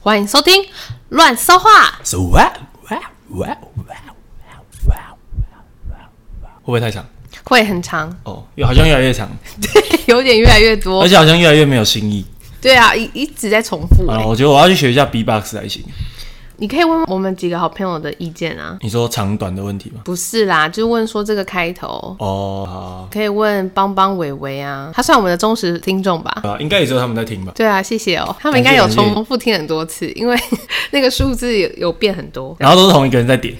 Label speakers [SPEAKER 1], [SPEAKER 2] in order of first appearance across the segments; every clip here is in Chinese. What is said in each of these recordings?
[SPEAKER 1] 欢迎收听《乱说话》。
[SPEAKER 2] So wow wow wow wow wow wow wow，会不会太长？
[SPEAKER 1] 会很长，
[SPEAKER 2] 哦，又好像越来越长，
[SPEAKER 1] 有点越来越多
[SPEAKER 2] 而。且好像越来越没有新意。
[SPEAKER 1] 对啊，一一直在重复、
[SPEAKER 2] 啊，
[SPEAKER 1] 欸。
[SPEAKER 2] 我觉得我要去学一下 B-box 才行。
[SPEAKER 1] 你可以问我们几个好朋友的意见啊。
[SPEAKER 2] 你说长短的问题吗？
[SPEAKER 1] 不是啦，就问说这个开头，
[SPEAKER 2] 哦，好
[SPEAKER 1] 可以问邦邦伟伟啊，他算我们的忠实听众吧。
[SPEAKER 2] 啊，应该也只有他们在听吧。
[SPEAKER 1] 对啊，谢谢哦。他们应该有
[SPEAKER 2] 感谢感谢
[SPEAKER 1] 重复听很多次，因为 那个数字有有变很多。
[SPEAKER 2] 然后都是同一个人在点，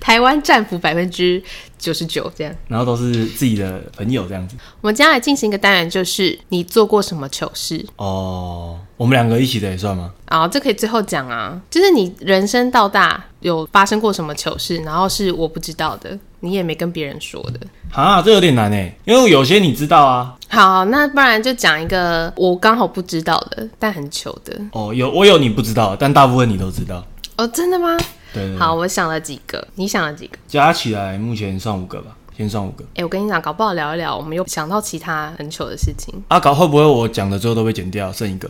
[SPEAKER 1] 台湾占幅百分之九十九这样。
[SPEAKER 2] 然后都是自己的朋友这样子。
[SPEAKER 1] 我们接下来进行一个单元，就是你做过什么糗事
[SPEAKER 2] 哦，我们两个一起的也算吗？
[SPEAKER 1] 啊？这可以最后讲啊，就是你人生到大有发生过什么糗事，然后是我不知道的，你也没跟别人说的。
[SPEAKER 2] 啊，这有点难诶，因为有些你知道啊。
[SPEAKER 1] 好，那不然就讲一个我刚好不知道的，但很糗的
[SPEAKER 2] 哦，有我有你不知道，但大部分你都知道。
[SPEAKER 1] 哦，真的吗？
[SPEAKER 2] 对对对，
[SPEAKER 1] 好，我想了几个，你想了几个？
[SPEAKER 2] 加起来目前算五个吧，先算五个。
[SPEAKER 1] 哎、我跟你讲，搞不好聊一聊，我们又想到其他很糗的事情，
[SPEAKER 2] 阿啊搞会不会我讲的最后都被剪掉，剩一个，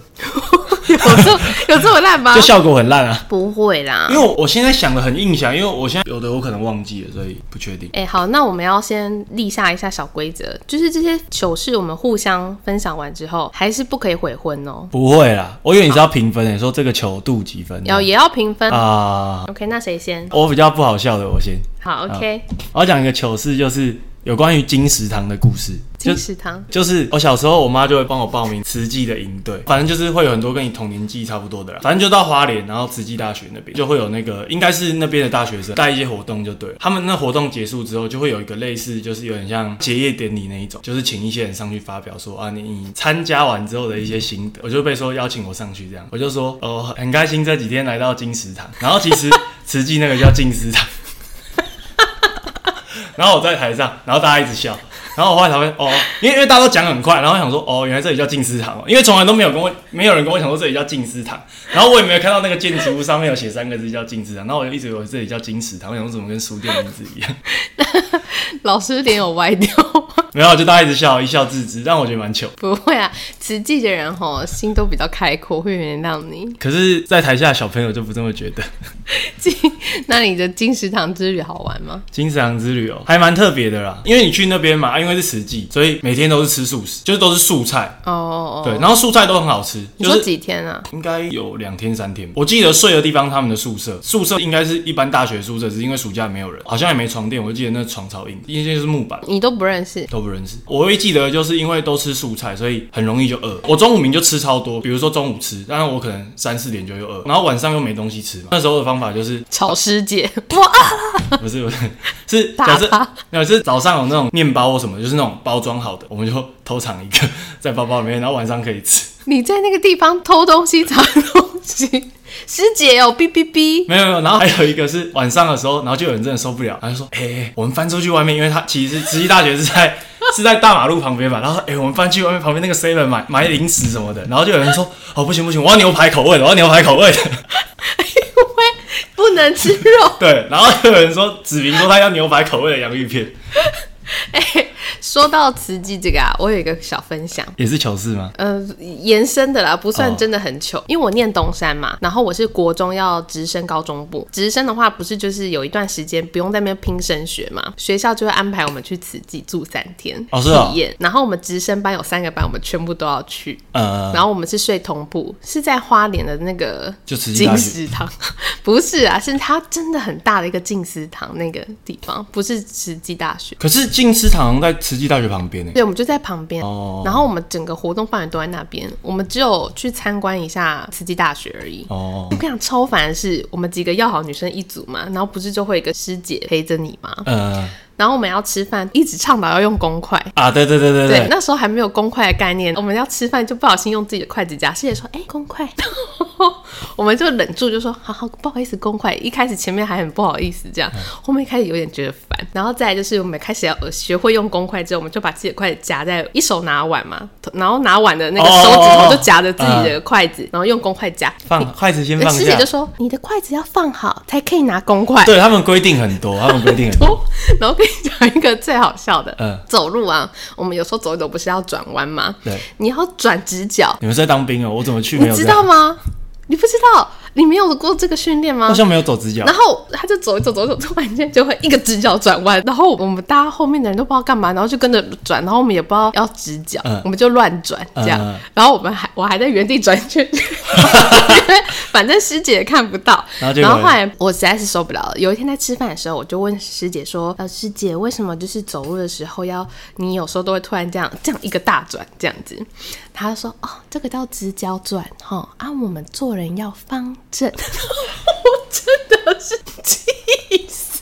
[SPEAKER 1] 有这有这么烂吗
[SPEAKER 2] 就？效果很烂啊？
[SPEAKER 1] 不会啦
[SPEAKER 2] 因，为我我现在想的很印象，因为我现在有的我可能忘记了，所以不确定。
[SPEAKER 1] 哎、好，那我们要先立下一下小规则，就是这些糗事我们互相分享完之后，还是不可以悔婚哦，
[SPEAKER 2] 不会啦，我以为你是要评分诶、欸说这个球度几分
[SPEAKER 1] 要也要评分。
[SPEAKER 2] 啊？
[SPEAKER 1] OK，那谁先？
[SPEAKER 2] 我比较不好笑的，我先，
[SPEAKER 1] 好，OK，
[SPEAKER 2] 我要讲一个糗事，就是有关于金石堂的故事。就
[SPEAKER 1] 金石堂。
[SPEAKER 2] 就是我小时候，我妈就会帮我报名慈济的营队，反正就是会有很多跟你同年纪差不多的啦。反正就到花莲，然后慈济大学那边就会有那个，应该是那边的大学生带一些活动就对了。他们那活动结束之后，就会有一个类似，就是有点像结业典礼那一种，就是请一些人上去发表说啊，你你参加完之后的一些心得。我就被说邀请我上去这样，我就说哦，很开心这几天来到金石堂，然后其实 慈济那个叫金石堂。然后我在台上，然后大家一直笑，然后我后来才会哦，因为因为大家都讲很快，然后我想说哦，原来这里叫静思堂哦，因为从来都没有跟我没有人跟我讲说这里叫静思堂，然后我也没有看到那个建筑物上面有写三个字叫静思堂，然后我就一直以为这里叫金石堂，我想说怎么跟书店名字一样，
[SPEAKER 1] 老师脸有歪掉吗？
[SPEAKER 2] 没有，就大家一直笑，一笑置之，但我觉得蛮糗。
[SPEAKER 1] 不会啊，慈济的人吼心都比较开阔，会原谅你。
[SPEAKER 2] 可是，在台下的小朋友就不这么觉得。
[SPEAKER 1] 金，那你的金石堂之旅好玩吗？
[SPEAKER 2] 金石堂之旅哦，还蛮特别的啦，因为你去那边嘛，因为是实际，所以每天都是吃素食，就是都是素菜，
[SPEAKER 1] 哦哦哦，
[SPEAKER 2] 对，然后素菜都很好吃。
[SPEAKER 1] 你
[SPEAKER 2] 就
[SPEAKER 1] 说
[SPEAKER 2] 是。
[SPEAKER 1] 几天啊？
[SPEAKER 2] 应该有两天三天吧。我记得睡的地方，他们的宿舍，宿舍应该是一般大学宿舍，只是因为暑假没有人，好像也没床垫。我记得那床超硬，因为就是木板。
[SPEAKER 1] 你都不认识，
[SPEAKER 2] 都不认识，我会记得，就是因为都吃素菜，所以很容易就饿。我中午明就吃超多，比如说中午吃，但是我可能三四点就又饿，然后晚上又没东西吃嘛。那时候的方法就是，
[SPEAKER 1] 草师姐，
[SPEAKER 2] 不是 不是，是
[SPEAKER 1] 打
[SPEAKER 2] 假设
[SPEAKER 1] 他
[SPEAKER 2] 没有，是早上有那种面包或什么，就是那种包装好的，我们就偷藏一个 在包包里面，然后晚上可以吃。
[SPEAKER 1] 你在那个地方偷东西、藏东 西，师姐哦，哔哔哔。
[SPEAKER 2] 没有没有，然后还有一个是晚上的时候，然后就有人真的受不了，然后就说：“哎、哎哎我们翻出去外面，因为他其实慈溪大学是在是在大马路旁边嘛。”然后说：“哎、我们翻去外面旁边那个 seven 买买零食什么的。”然后就有人说：“哦，不行不行，我要牛排口味的，我要牛排口味的。
[SPEAKER 1] 因为 不能吃肉”。
[SPEAKER 2] 对，然后就有人说子明说他要牛排口味的洋芋片，
[SPEAKER 1] 说到慈济这个啊，我有一个小分享。
[SPEAKER 2] 也是糗事吗？
[SPEAKER 1] 呃，延伸的啦，不算
[SPEAKER 2] 哦
[SPEAKER 1] 真的很糗，因为我念东山嘛，然后我是国中要直升高中部，直升的话不是就是有一段时间不用在那边拼升学嘛，学校就会安排我们去慈济住三天，
[SPEAKER 2] 哦是哦
[SPEAKER 1] 体验，然后我们直升班有三个班，我们全部都要去，
[SPEAKER 2] 呃，
[SPEAKER 1] 然后我们是睡同铺，是在花莲的那个
[SPEAKER 2] 就慈济大
[SPEAKER 1] 金
[SPEAKER 2] 学
[SPEAKER 1] 石堂， 不是啊，是它真的很大的一个金石堂那个地方，不是慈济大学。
[SPEAKER 2] 可是金丝堂在慈溪大学旁边呢、欸
[SPEAKER 1] 对，我们就在旁边，
[SPEAKER 2] 哦
[SPEAKER 1] 然后我们整个活动范围都在那边，我们只有去参观一下慈济大学而已。
[SPEAKER 2] 哦
[SPEAKER 1] 我，跟你讲，超烦的是，我们几个要好女生一组嘛，然后不是就会有一个师姐陪着你嘛，
[SPEAKER 2] 呃
[SPEAKER 1] 然后我们要吃饭，一直倡导要用公筷，
[SPEAKER 2] 啊，对对对对
[SPEAKER 1] 对，
[SPEAKER 2] 对，
[SPEAKER 1] 那时候还没有公筷的概念，我们要吃饭就不小心用自己的筷子夹，师姐说：“哎、公筷。” 我们就忍住就说：“好好，不好意思，公筷。”一开始前面还很不好意思这样，
[SPEAKER 2] 嗯
[SPEAKER 1] 后面开始有点觉得烦，然后再来就是我们开始要学会用公筷之后，我们就把自己的筷子夹在一手拿碗嘛，然后拿碗的那个
[SPEAKER 2] 哦
[SPEAKER 1] 手指
[SPEAKER 2] 哦
[SPEAKER 1] 头
[SPEAKER 2] 哦
[SPEAKER 1] 就夹着自己的筷子，然后用公筷 夹。
[SPEAKER 2] 放筷子先
[SPEAKER 1] 那
[SPEAKER 2] 放
[SPEAKER 1] 师姐
[SPEAKER 2] 下
[SPEAKER 1] 就。说：“你的筷子要放好才可以拿公筷。”
[SPEAKER 2] 对他们规定很多，他们规定很多。
[SPEAKER 1] 哦，然后跟你讲一个最好笑的，
[SPEAKER 2] 嗯
[SPEAKER 1] 走路啊，我们有时候走一走不是要转弯吗？
[SPEAKER 2] 对，
[SPEAKER 1] 你要转直角，
[SPEAKER 2] 你们是在当兵哦，我怎么去没
[SPEAKER 1] 你
[SPEAKER 2] 有这
[SPEAKER 1] 知
[SPEAKER 2] 样？
[SPEAKER 1] 道吗？你不知道，你没有过这个训练吗
[SPEAKER 2] 好？像没有走直角
[SPEAKER 1] 然，后他就走一走走一走，突然间就会一个直角转弯，然后我们大家后面的人都不知道干嘛，然后就跟着转，然后我们也不知道要直角，
[SPEAKER 2] 嗯
[SPEAKER 1] 我们就乱转这样，
[SPEAKER 2] 嗯嗯
[SPEAKER 1] 然后我们还我还在原地转圈圈，因为反正师姐也看不到，
[SPEAKER 2] 然后结
[SPEAKER 1] 然
[SPEAKER 2] 果
[SPEAKER 1] 后后来我实在是受不了了，有一天在吃饭的时候，我就问师姐说：“呃，师姐为什么就是走路的时候要你有时候都会突然这样这样一个大转这样子？”她就说：“哦，这个叫直角转哈、哦，啊，我们做人要方正。”我真的是气死。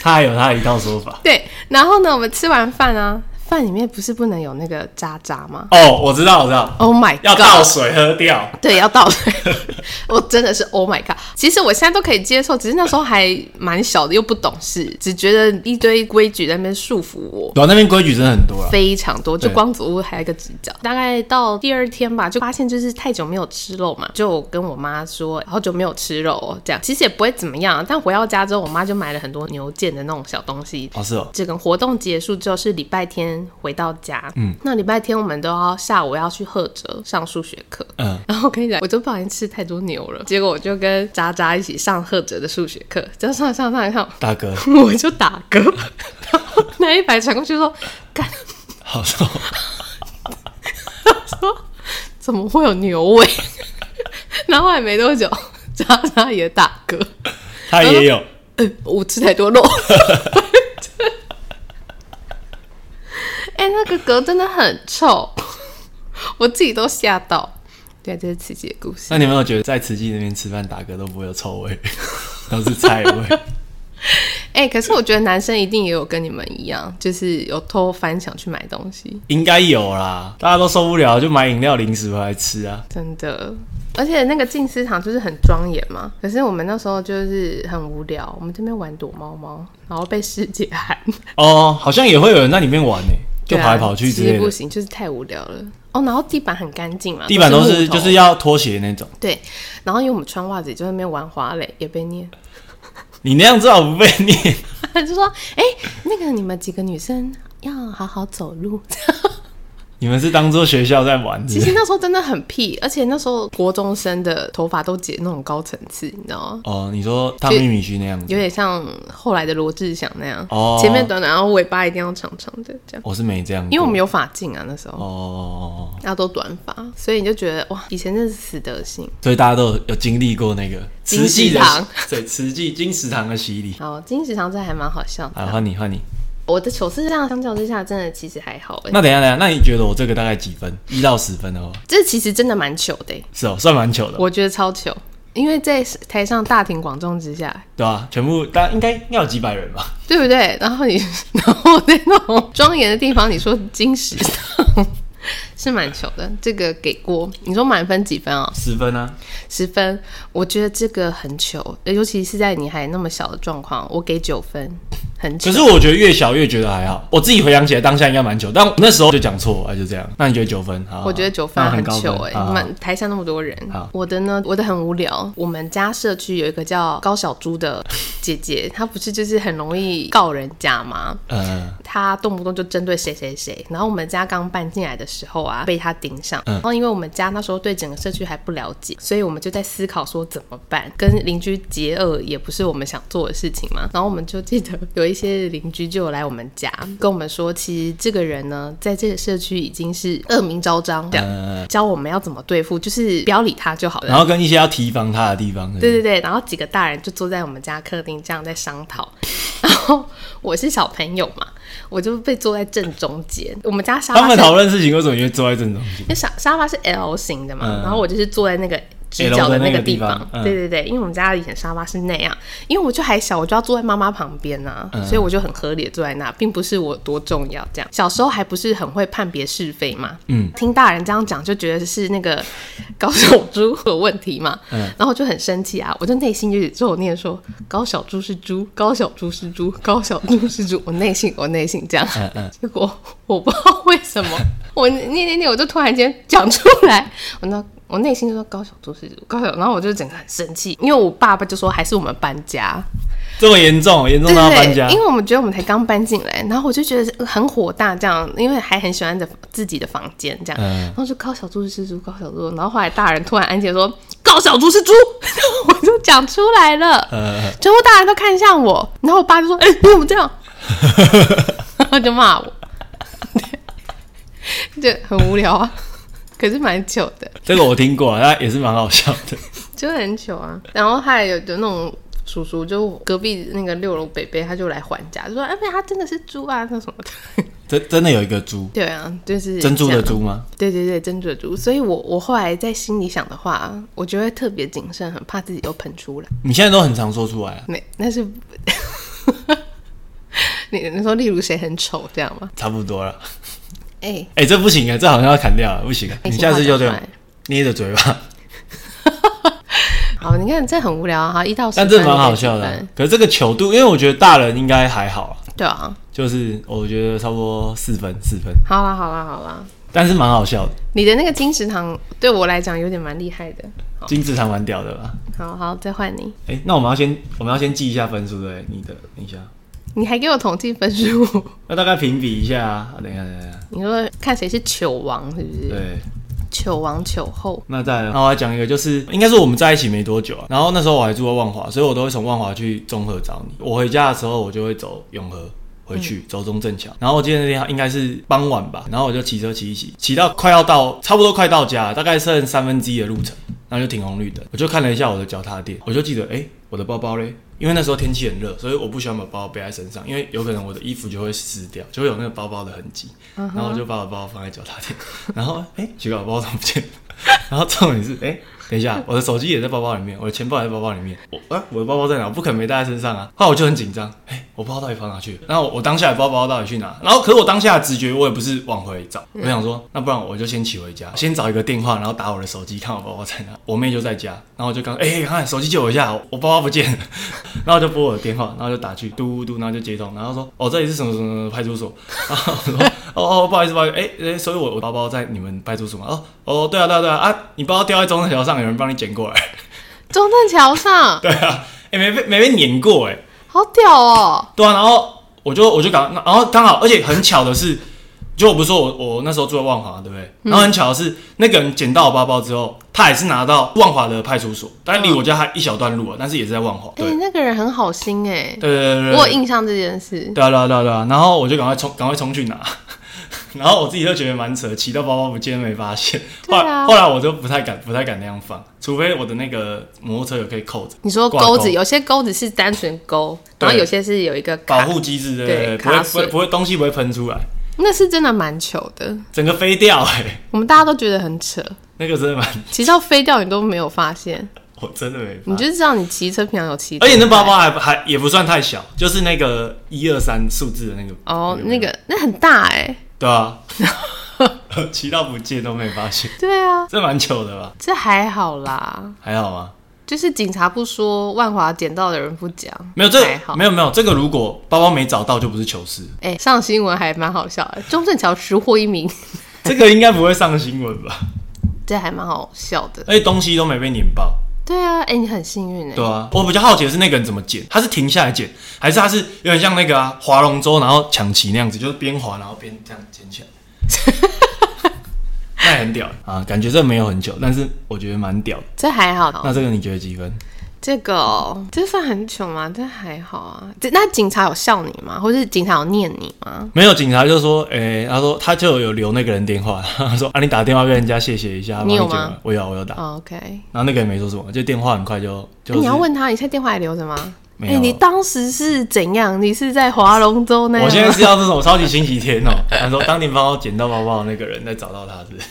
[SPEAKER 2] 他还有他的一套说法。
[SPEAKER 1] 对，然后呢，我们吃完饭啊，饭里面不是不能有那个渣渣吗
[SPEAKER 2] 哦，我知道，我知道，
[SPEAKER 1] ？Oh my god！
[SPEAKER 2] 要倒水喝掉。
[SPEAKER 1] 对，要倒 水。我真的是 Oh my god！其实我现在都可以接受，只是那时候还蛮小的，又不懂事，只觉得一堆规矩在那边束缚我。
[SPEAKER 2] 对啊，那边规矩真的很多啦。
[SPEAKER 1] 非常多，就
[SPEAKER 2] 对
[SPEAKER 1] 光走路还有一个直角。大概到第二天吧，就发现就是太久没有吃肉嘛，就跟我妈说好久没有吃肉哦，这样其实也不会怎么样。啊但回到家之后，我妈就买了很多牛腱的那种小东西，
[SPEAKER 2] 哦，是哦，
[SPEAKER 1] 这个活动结束之后是礼拜天回到家，嗯，那礼拜天我们都要下午要去赫哲上数学课，
[SPEAKER 2] 嗯，
[SPEAKER 1] 然后我跟你讲，我就不小心吃太多牛了，结果我就跟渣渣一起上赫哲的数学课，就上上上 上，
[SPEAKER 2] 大哥，
[SPEAKER 1] 我就打嗝， 然后那一排传过去说，干，
[SPEAKER 2] 好哦 瘦，
[SPEAKER 1] 怎么会有牛味？ 然后后来没多久， 渣渣也打嗝，
[SPEAKER 2] 他也有。
[SPEAKER 1] 呃我吃太多肉。 哎、那个嗝真的很臭，我自己都吓到。对，这是刺激的故事。
[SPEAKER 2] 那你有没有觉得在慈济那边吃饭打嗝都不会有臭味， 都是菜味？
[SPEAKER 1] 哎、可是我觉得男生一定也有跟你们一样，就是有偷翻墙去买东西，
[SPEAKER 2] 应该有啦，大家都受不了就买饮料零食回来吃啊。
[SPEAKER 1] 真的。而且那个静思堂就是很庄严嘛，可是我们那时候就是很无聊，我们这边玩躲猫猫，然后被师姐喊，
[SPEAKER 2] 哦，好像也会有人在里面玩呢、就
[SPEAKER 1] 对啊
[SPEAKER 2] 跑来跑去之
[SPEAKER 1] 其实
[SPEAKER 2] 类
[SPEAKER 1] 不
[SPEAKER 2] 的。
[SPEAKER 1] 行，就是太无聊了。哦，然后地板很干净嘛，
[SPEAKER 2] 地板都是
[SPEAKER 1] 木头
[SPEAKER 2] 就是要拖鞋那种，
[SPEAKER 1] 对，然后因为我们穿袜子，也就在那边玩滑垒，也被念，
[SPEAKER 2] 你 那样至少不被念。
[SPEAKER 1] 就说：“哎、那个你们几个女生要好好走路。
[SPEAKER 2] 你们是当做学校在玩”是
[SPEAKER 1] 其
[SPEAKER 2] 不
[SPEAKER 1] 实
[SPEAKER 2] 是？
[SPEAKER 1] 那时候真的很屁，而且那时候国中生的头发都剪那种高层次，你知道吗？
[SPEAKER 2] 哦，你说汤米米须那样
[SPEAKER 1] 有
[SPEAKER 2] 子，
[SPEAKER 1] 点像后来的罗志祥那样，
[SPEAKER 2] 哦
[SPEAKER 1] 前面短短，然后尾巴一定要长长的这样。
[SPEAKER 2] 我是没这样过，
[SPEAKER 1] 因为我们有发镜啊，那时候
[SPEAKER 2] 哦，
[SPEAKER 1] 大家都短发，所以你就觉得哇，以前真是死德性。
[SPEAKER 2] 所以大家都有有经历过那个
[SPEAKER 1] 金
[SPEAKER 2] 慈济
[SPEAKER 1] 石
[SPEAKER 2] 的
[SPEAKER 1] 堂，
[SPEAKER 2] 对慈济金石堂的 洗礼。
[SPEAKER 1] 好，金石堂这还蛮好笑的。
[SPEAKER 2] 啊，换你换你。
[SPEAKER 1] 我的糗事量相较之下，真的其实还好、欸。
[SPEAKER 2] 那等一下等一下，那你觉得我这个大概几分？一到十分的话，
[SPEAKER 1] 这其实真的蛮糗的欸、
[SPEAKER 2] 是哦，算蛮久的，
[SPEAKER 1] 我觉得超糗，因为在台上大庭广众之下，
[SPEAKER 2] 对吧、全部大家应该应该有几百人吧？
[SPEAKER 1] 对不对？然后你， 然后在那种庄严的地方，你说金石堂是蛮糗的，这个给过。你说满分几分哦？
[SPEAKER 2] 十分啊，
[SPEAKER 1] 十分，我觉得这个很糗，呃尤其是在你还那么小的状况，我给九分，很糗
[SPEAKER 2] 可。是我觉得越小越觉得还好，我自己回想起来当下应该蛮久，但我那时候就讲错，哎，就这样。那你觉得九分？好好好
[SPEAKER 1] 我觉得九分
[SPEAKER 2] 那
[SPEAKER 1] 很
[SPEAKER 2] 高
[SPEAKER 1] 糗
[SPEAKER 2] 分
[SPEAKER 1] 哎、
[SPEAKER 2] 好好
[SPEAKER 1] 满、台下那么多人
[SPEAKER 2] 好。
[SPEAKER 1] 我的呢，我的很无聊。我们家社区有一个叫高小猪的姐姐，她不是就是很容易告人家吗？
[SPEAKER 2] 呃，
[SPEAKER 1] 他动不动就针对谁谁谁，然后我们家刚搬进来的时候啊，被他盯上。
[SPEAKER 2] 嗯
[SPEAKER 1] 然后因为我们家那时候对整个社区还不了解，所以我们就在思考说怎么办。跟邻居结恶也不是我们想做的事情嘛。然后我们就记得有一些邻居就有来我们家跟我们说，其实这个人呢，在这个社区已经是恶名昭彰，这样、
[SPEAKER 2] 嗯
[SPEAKER 1] 教我们要怎么对付，就是不要理他就好了。
[SPEAKER 2] 然后跟一些要提防他的地方，是不是
[SPEAKER 1] 对对对，然后几个大人就坐在我们家客厅这样在商讨， 然后我是小朋友嘛，我就被坐在正中间。我们家沙
[SPEAKER 2] 他
[SPEAKER 1] 发
[SPEAKER 2] 们
[SPEAKER 1] 是
[SPEAKER 2] 讨论事情为什么你会坐在正中心？
[SPEAKER 1] 因为沙沙发是 L 型的嘛，
[SPEAKER 2] 嗯
[SPEAKER 1] 然后我就是坐在那个直角
[SPEAKER 2] L 的
[SPEAKER 1] 那
[SPEAKER 2] 那
[SPEAKER 1] 个
[SPEAKER 2] 个地
[SPEAKER 1] 方。
[SPEAKER 2] 方嗯
[SPEAKER 1] 对对对，因为我们家以前沙发是那样，因为我就还小，我就要坐在妈妈旁边呐、
[SPEAKER 2] 嗯
[SPEAKER 1] 所以我就很合理的坐在那，并不是我多重要这样。小时候还不是很会判别是非嘛，
[SPEAKER 2] 嗯，
[SPEAKER 1] 听大人这样讲就觉得是那个高小猪有问题嘛，
[SPEAKER 2] 嗯
[SPEAKER 1] 然后我就很生气啊，我就内心就只有念说高小猪是猪，高小猪是猪，高小猪是猪，我内心我内心这样，
[SPEAKER 2] 嗯嗯
[SPEAKER 1] 结果 我不知道为什么，我念念念，我就突然间讲出来，我那我内心就说高小猪是高小，然后我就整个很生气，因为我爸爸就说还是我们搬家，
[SPEAKER 2] 这么严重，严重
[SPEAKER 1] 对
[SPEAKER 2] 到要
[SPEAKER 1] 对
[SPEAKER 2] 搬
[SPEAKER 1] 对
[SPEAKER 2] 家，
[SPEAKER 1] 因为我们觉得我们才刚搬进来，然后我就觉得很火大，这样，因为还很喜欢着自己的房间这样，
[SPEAKER 2] 嗯
[SPEAKER 1] 然后就高小猪是猪，高小猪，然后后来大人突然安静地说高道小猪是猪， 我就讲出来了。
[SPEAKER 2] 呃，
[SPEAKER 1] 全部大人都看向我，然后我爸就说：“哎、你怎么 这样？”然后就骂我， 对 就很无聊啊。可是蛮糗的，
[SPEAKER 2] 这个我听过，啊，也是蛮好笑的。
[SPEAKER 1] 就很糗啊。然后还有有那种叔叔，就隔壁那个六楼北北，他就来还价，就说：“哎、不他真的是猪啊，那什么的。
[SPEAKER 2] 真真的有一个猪”，
[SPEAKER 1] 对啊，就是
[SPEAKER 2] 珍珠
[SPEAKER 1] 这
[SPEAKER 2] 的
[SPEAKER 1] 样
[SPEAKER 2] 猪吗？
[SPEAKER 1] 对对对，珍珠的猪。所以我我后来在心里想的话，我就会特别谨慎，很怕自己又喷出来。
[SPEAKER 2] 你现在都很常说出来啊，
[SPEAKER 1] 没，那是 你你说，例如谁很丑这样吗？
[SPEAKER 2] 差不多了。
[SPEAKER 1] 哎、
[SPEAKER 2] 哎、这不行啊，这好像要砍掉了，不行啊！
[SPEAKER 1] 哎
[SPEAKER 2] 你下次就这
[SPEAKER 1] 话
[SPEAKER 2] 样
[SPEAKER 1] 讲出
[SPEAKER 2] 捏 着嘴巴，
[SPEAKER 1] 好，你看这很无聊啊，好一到十
[SPEAKER 2] 但
[SPEAKER 1] 分，
[SPEAKER 2] 这蛮好笑的啊、
[SPEAKER 1] 你给几分
[SPEAKER 2] 可是这个球度，因为我觉得大人应该还好啊，
[SPEAKER 1] 对啊，
[SPEAKER 2] 就是我觉得差不多四分四分，
[SPEAKER 1] 好啦好啦好啦，
[SPEAKER 2] 但是蛮好笑的，
[SPEAKER 1] 你的那个金石堂对我来讲有点蛮厉害的。
[SPEAKER 2] 金字塔蛮屌的吧？
[SPEAKER 1] 好好，再换你，
[SPEAKER 2] 哎、那我们要先我们要先记一下分数对不对？你的等一下，
[SPEAKER 1] 你还给我统计分数，
[SPEAKER 2] 那大概评比一下啊。等一下等一下，
[SPEAKER 1] 你说看谁是球王是不是？
[SPEAKER 2] 对，
[SPEAKER 1] 球王球后，
[SPEAKER 2] 那再来，那我要讲一个，就是应该是我们在一起没多久啊，然后那时候我还住在万华，所以我都会从万华去中和找你。我回家的时候，我就会走永和。回去走中正桥，然后我记得那天应该是傍晚吧，然后我就骑车骑一骑，骑到快要到，差不多快到家了，大概剩三分之一的路程，然后就停红绿灯，我就看了一下我的脚踏垫，我就记得，哎、我的包包嘞，因为那时候天气很热，所以我不喜欢把包包背在身上，因为有可能我的衣服就会湿掉，就会有那个包包的痕迹，然后我就把我包包放在脚踏垫，然后哎、奇怪，我包包怎么不见了？然后重点是，哎、等一下，我的手机也在包包里面，我的钱包也在包包里面，我啊，我的包包在哪？我不可能没带在身上啊。后来我就很紧张，哎、我包包到底跑哪去了？然后我我当下的包包到底去哪？然后可是我当下的直觉，我也不是往回找，我想说，那不然我就先骑回家，先找一个电话，然后打我的手机，看我包包在哪。我妹就在家，然后我就刚，哎、看手机借我一下，我包包不见了。然后就拨我的电话，然后就打去嘟嘟嘟，然后就接通，然后说哦这里是什么什么什么派出所，然后我说哦哦不好意思不好意思，哎、哎，所以我我包包在你们派出所吗？哦哦对啊对啊对啊啊，你包包掉在中正桥上，有人帮你捡过来，
[SPEAKER 1] 中正桥上，
[SPEAKER 2] 对啊，哎、没被没被碾过哎、
[SPEAKER 1] 好屌哦！
[SPEAKER 2] 对啊，然后我就我就搞，然后刚好，而且很巧的是，就我不是说我我那时候住在万华，对不对？然后很巧的是，那个人捡到我包包之后，他也是拿到万华的派出所，但离我家还一小段路啊，但是也是在万华，
[SPEAKER 1] 哎、
[SPEAKER 2] 对对
[SPEAKER 1] 那个人很好心哎、
[SPEAKER 2] 对对对对，
[SPEAKER 1] 我有印象这件事。
[SPEAKER 2] 对啊，对啊，对啊，对啊。然后我就赶快冲，赶快冲去拿。 然后我自己就觉得蛮扯，骑到包包不见没发现。
[SPEAKER 1] 对
[SPEAKER 2] 后来、
[SPEAKER 1] 啊
[SPEAKER 2] 后来我就不太敢，不太敢那样放，除非我的那个摩托车有可以扣着
[SPEAKER 1] 你说
[SPEAKER 2] 挂
[SPEAKER 1] 钩
[SPEAKER 2] 钩
[SPEAKER 1] 子，有些钩子是单纯钩，然后
[SPEAKER 2] 对
[SPEAKER 1] 有些是有一个
[SPEAKER 2] 保
[SPEAKER 1] 卡，
[SPEAKER 2] 护机制，对
[SPEAKER 1] 对
[SPEAKER 2] 对对，不
[SPEAKER 1] 卡
[SPEAKER 2] 会不
[SPEAKER 1] 榫
[SPEAKER 2] 会不会东西不会喷出来，
[SPEAKER 1] 那是真的蛮糗的。
[SPEAKER 2] 整个飞掉哎、
[SPEAKER 1] 我们大家都觉得很扯，
[SPEAKER 2] 那个真的蛮，
[SPEAKER 1] 骑到飞掉你都没有发现，
[SPEAKER 2] 我真的没
[SPEAKER 1] 你
[SPEAKER 2] 发现。
[SPEAKER 1] 就知道你骑车平常有骑。
[SPEAKER 2] 啊而且那包包还还也不算太小，就是那个一二三数字的那个
[SPEAKER 1] 哦，
[SPEAKER 2] 有
[SPEAKER 1] 那
[SPEAKER 2] 没有
[SPEAKER 1] 个那很大哎、
[SPEAKER 2] 对啊， 骑到不见都没发现，
[SPEAKER 1] 对啊，
[SPEAKER 2] 这蛮糗的吧？
[SPEAKER 1] 这还好啦，
[SPEAKER 2] 还好吗？
[SPEAKER 1] 就是警察不说，万华捡到的人不讲，
[SPEAKER 2] 没有这
[SPEAKER 1] 还好
[SPEAKER 2] 个，没有没有这个，如果包包没找到就不是糗事，
[SPEAKER 1] 哎、上新闻还蛮好笑的，中正桥拾获一名，
[SPEAKER 2] 这个应该不会上新闻吧？
[SPEAKER 1] 这还蛮好笑的。
[SPEAKER 2] 而且东西都没被碾爆，
[SPEAKER 1] 对啊，哎、你很幸运哎、
[SPEAKER 2] 对啊。我比较好奇的是那个人怎么捡，他是停下来捡，还是他是有点像那个啊划龙舟然后抢旗那样子，就是边划然后边这样捡起来， 那也很屌啊！感觉这没有很久，但是我觉得蛮屌的。
[SPEAKER 1] 这还好，
[SPEAKER 2] 那这个你觉得几分？
[SPEAKER 1] 这个、哦、这算很糗吗？这还好啊。这那警察有笑你吗？或是警察有念你吗？
[SPEAKER 2] 没有，警察就说，诶、他说他就有留那个人电话， 他说啊，你打电话跟人家谢谢一下，帮
[SPEAKER 1] 你有
[SPEAKER 2] 捡
[SPEAKER 1] 吗
[SPEAKER 2] 完我有，我有打。
[SPEAKER 1] 哦 OK，
[SPEAKER 2] 然后那个也没说什么，就电话很快就就
[SPEAKER 1] 哎
[SPEAKER 2] 是、
[SPEAKER 1] 你要问他，你现在电话还留着吗？哎、
[SPEAKER 2] 没有
[SPEAKER 1] 你当时是怎样？你是在划龙舟那样吗？
[SPEAKER 2] 我现在是要这种超级星期天哦、他说当年帮我捡到包包的那个人再找到他是不是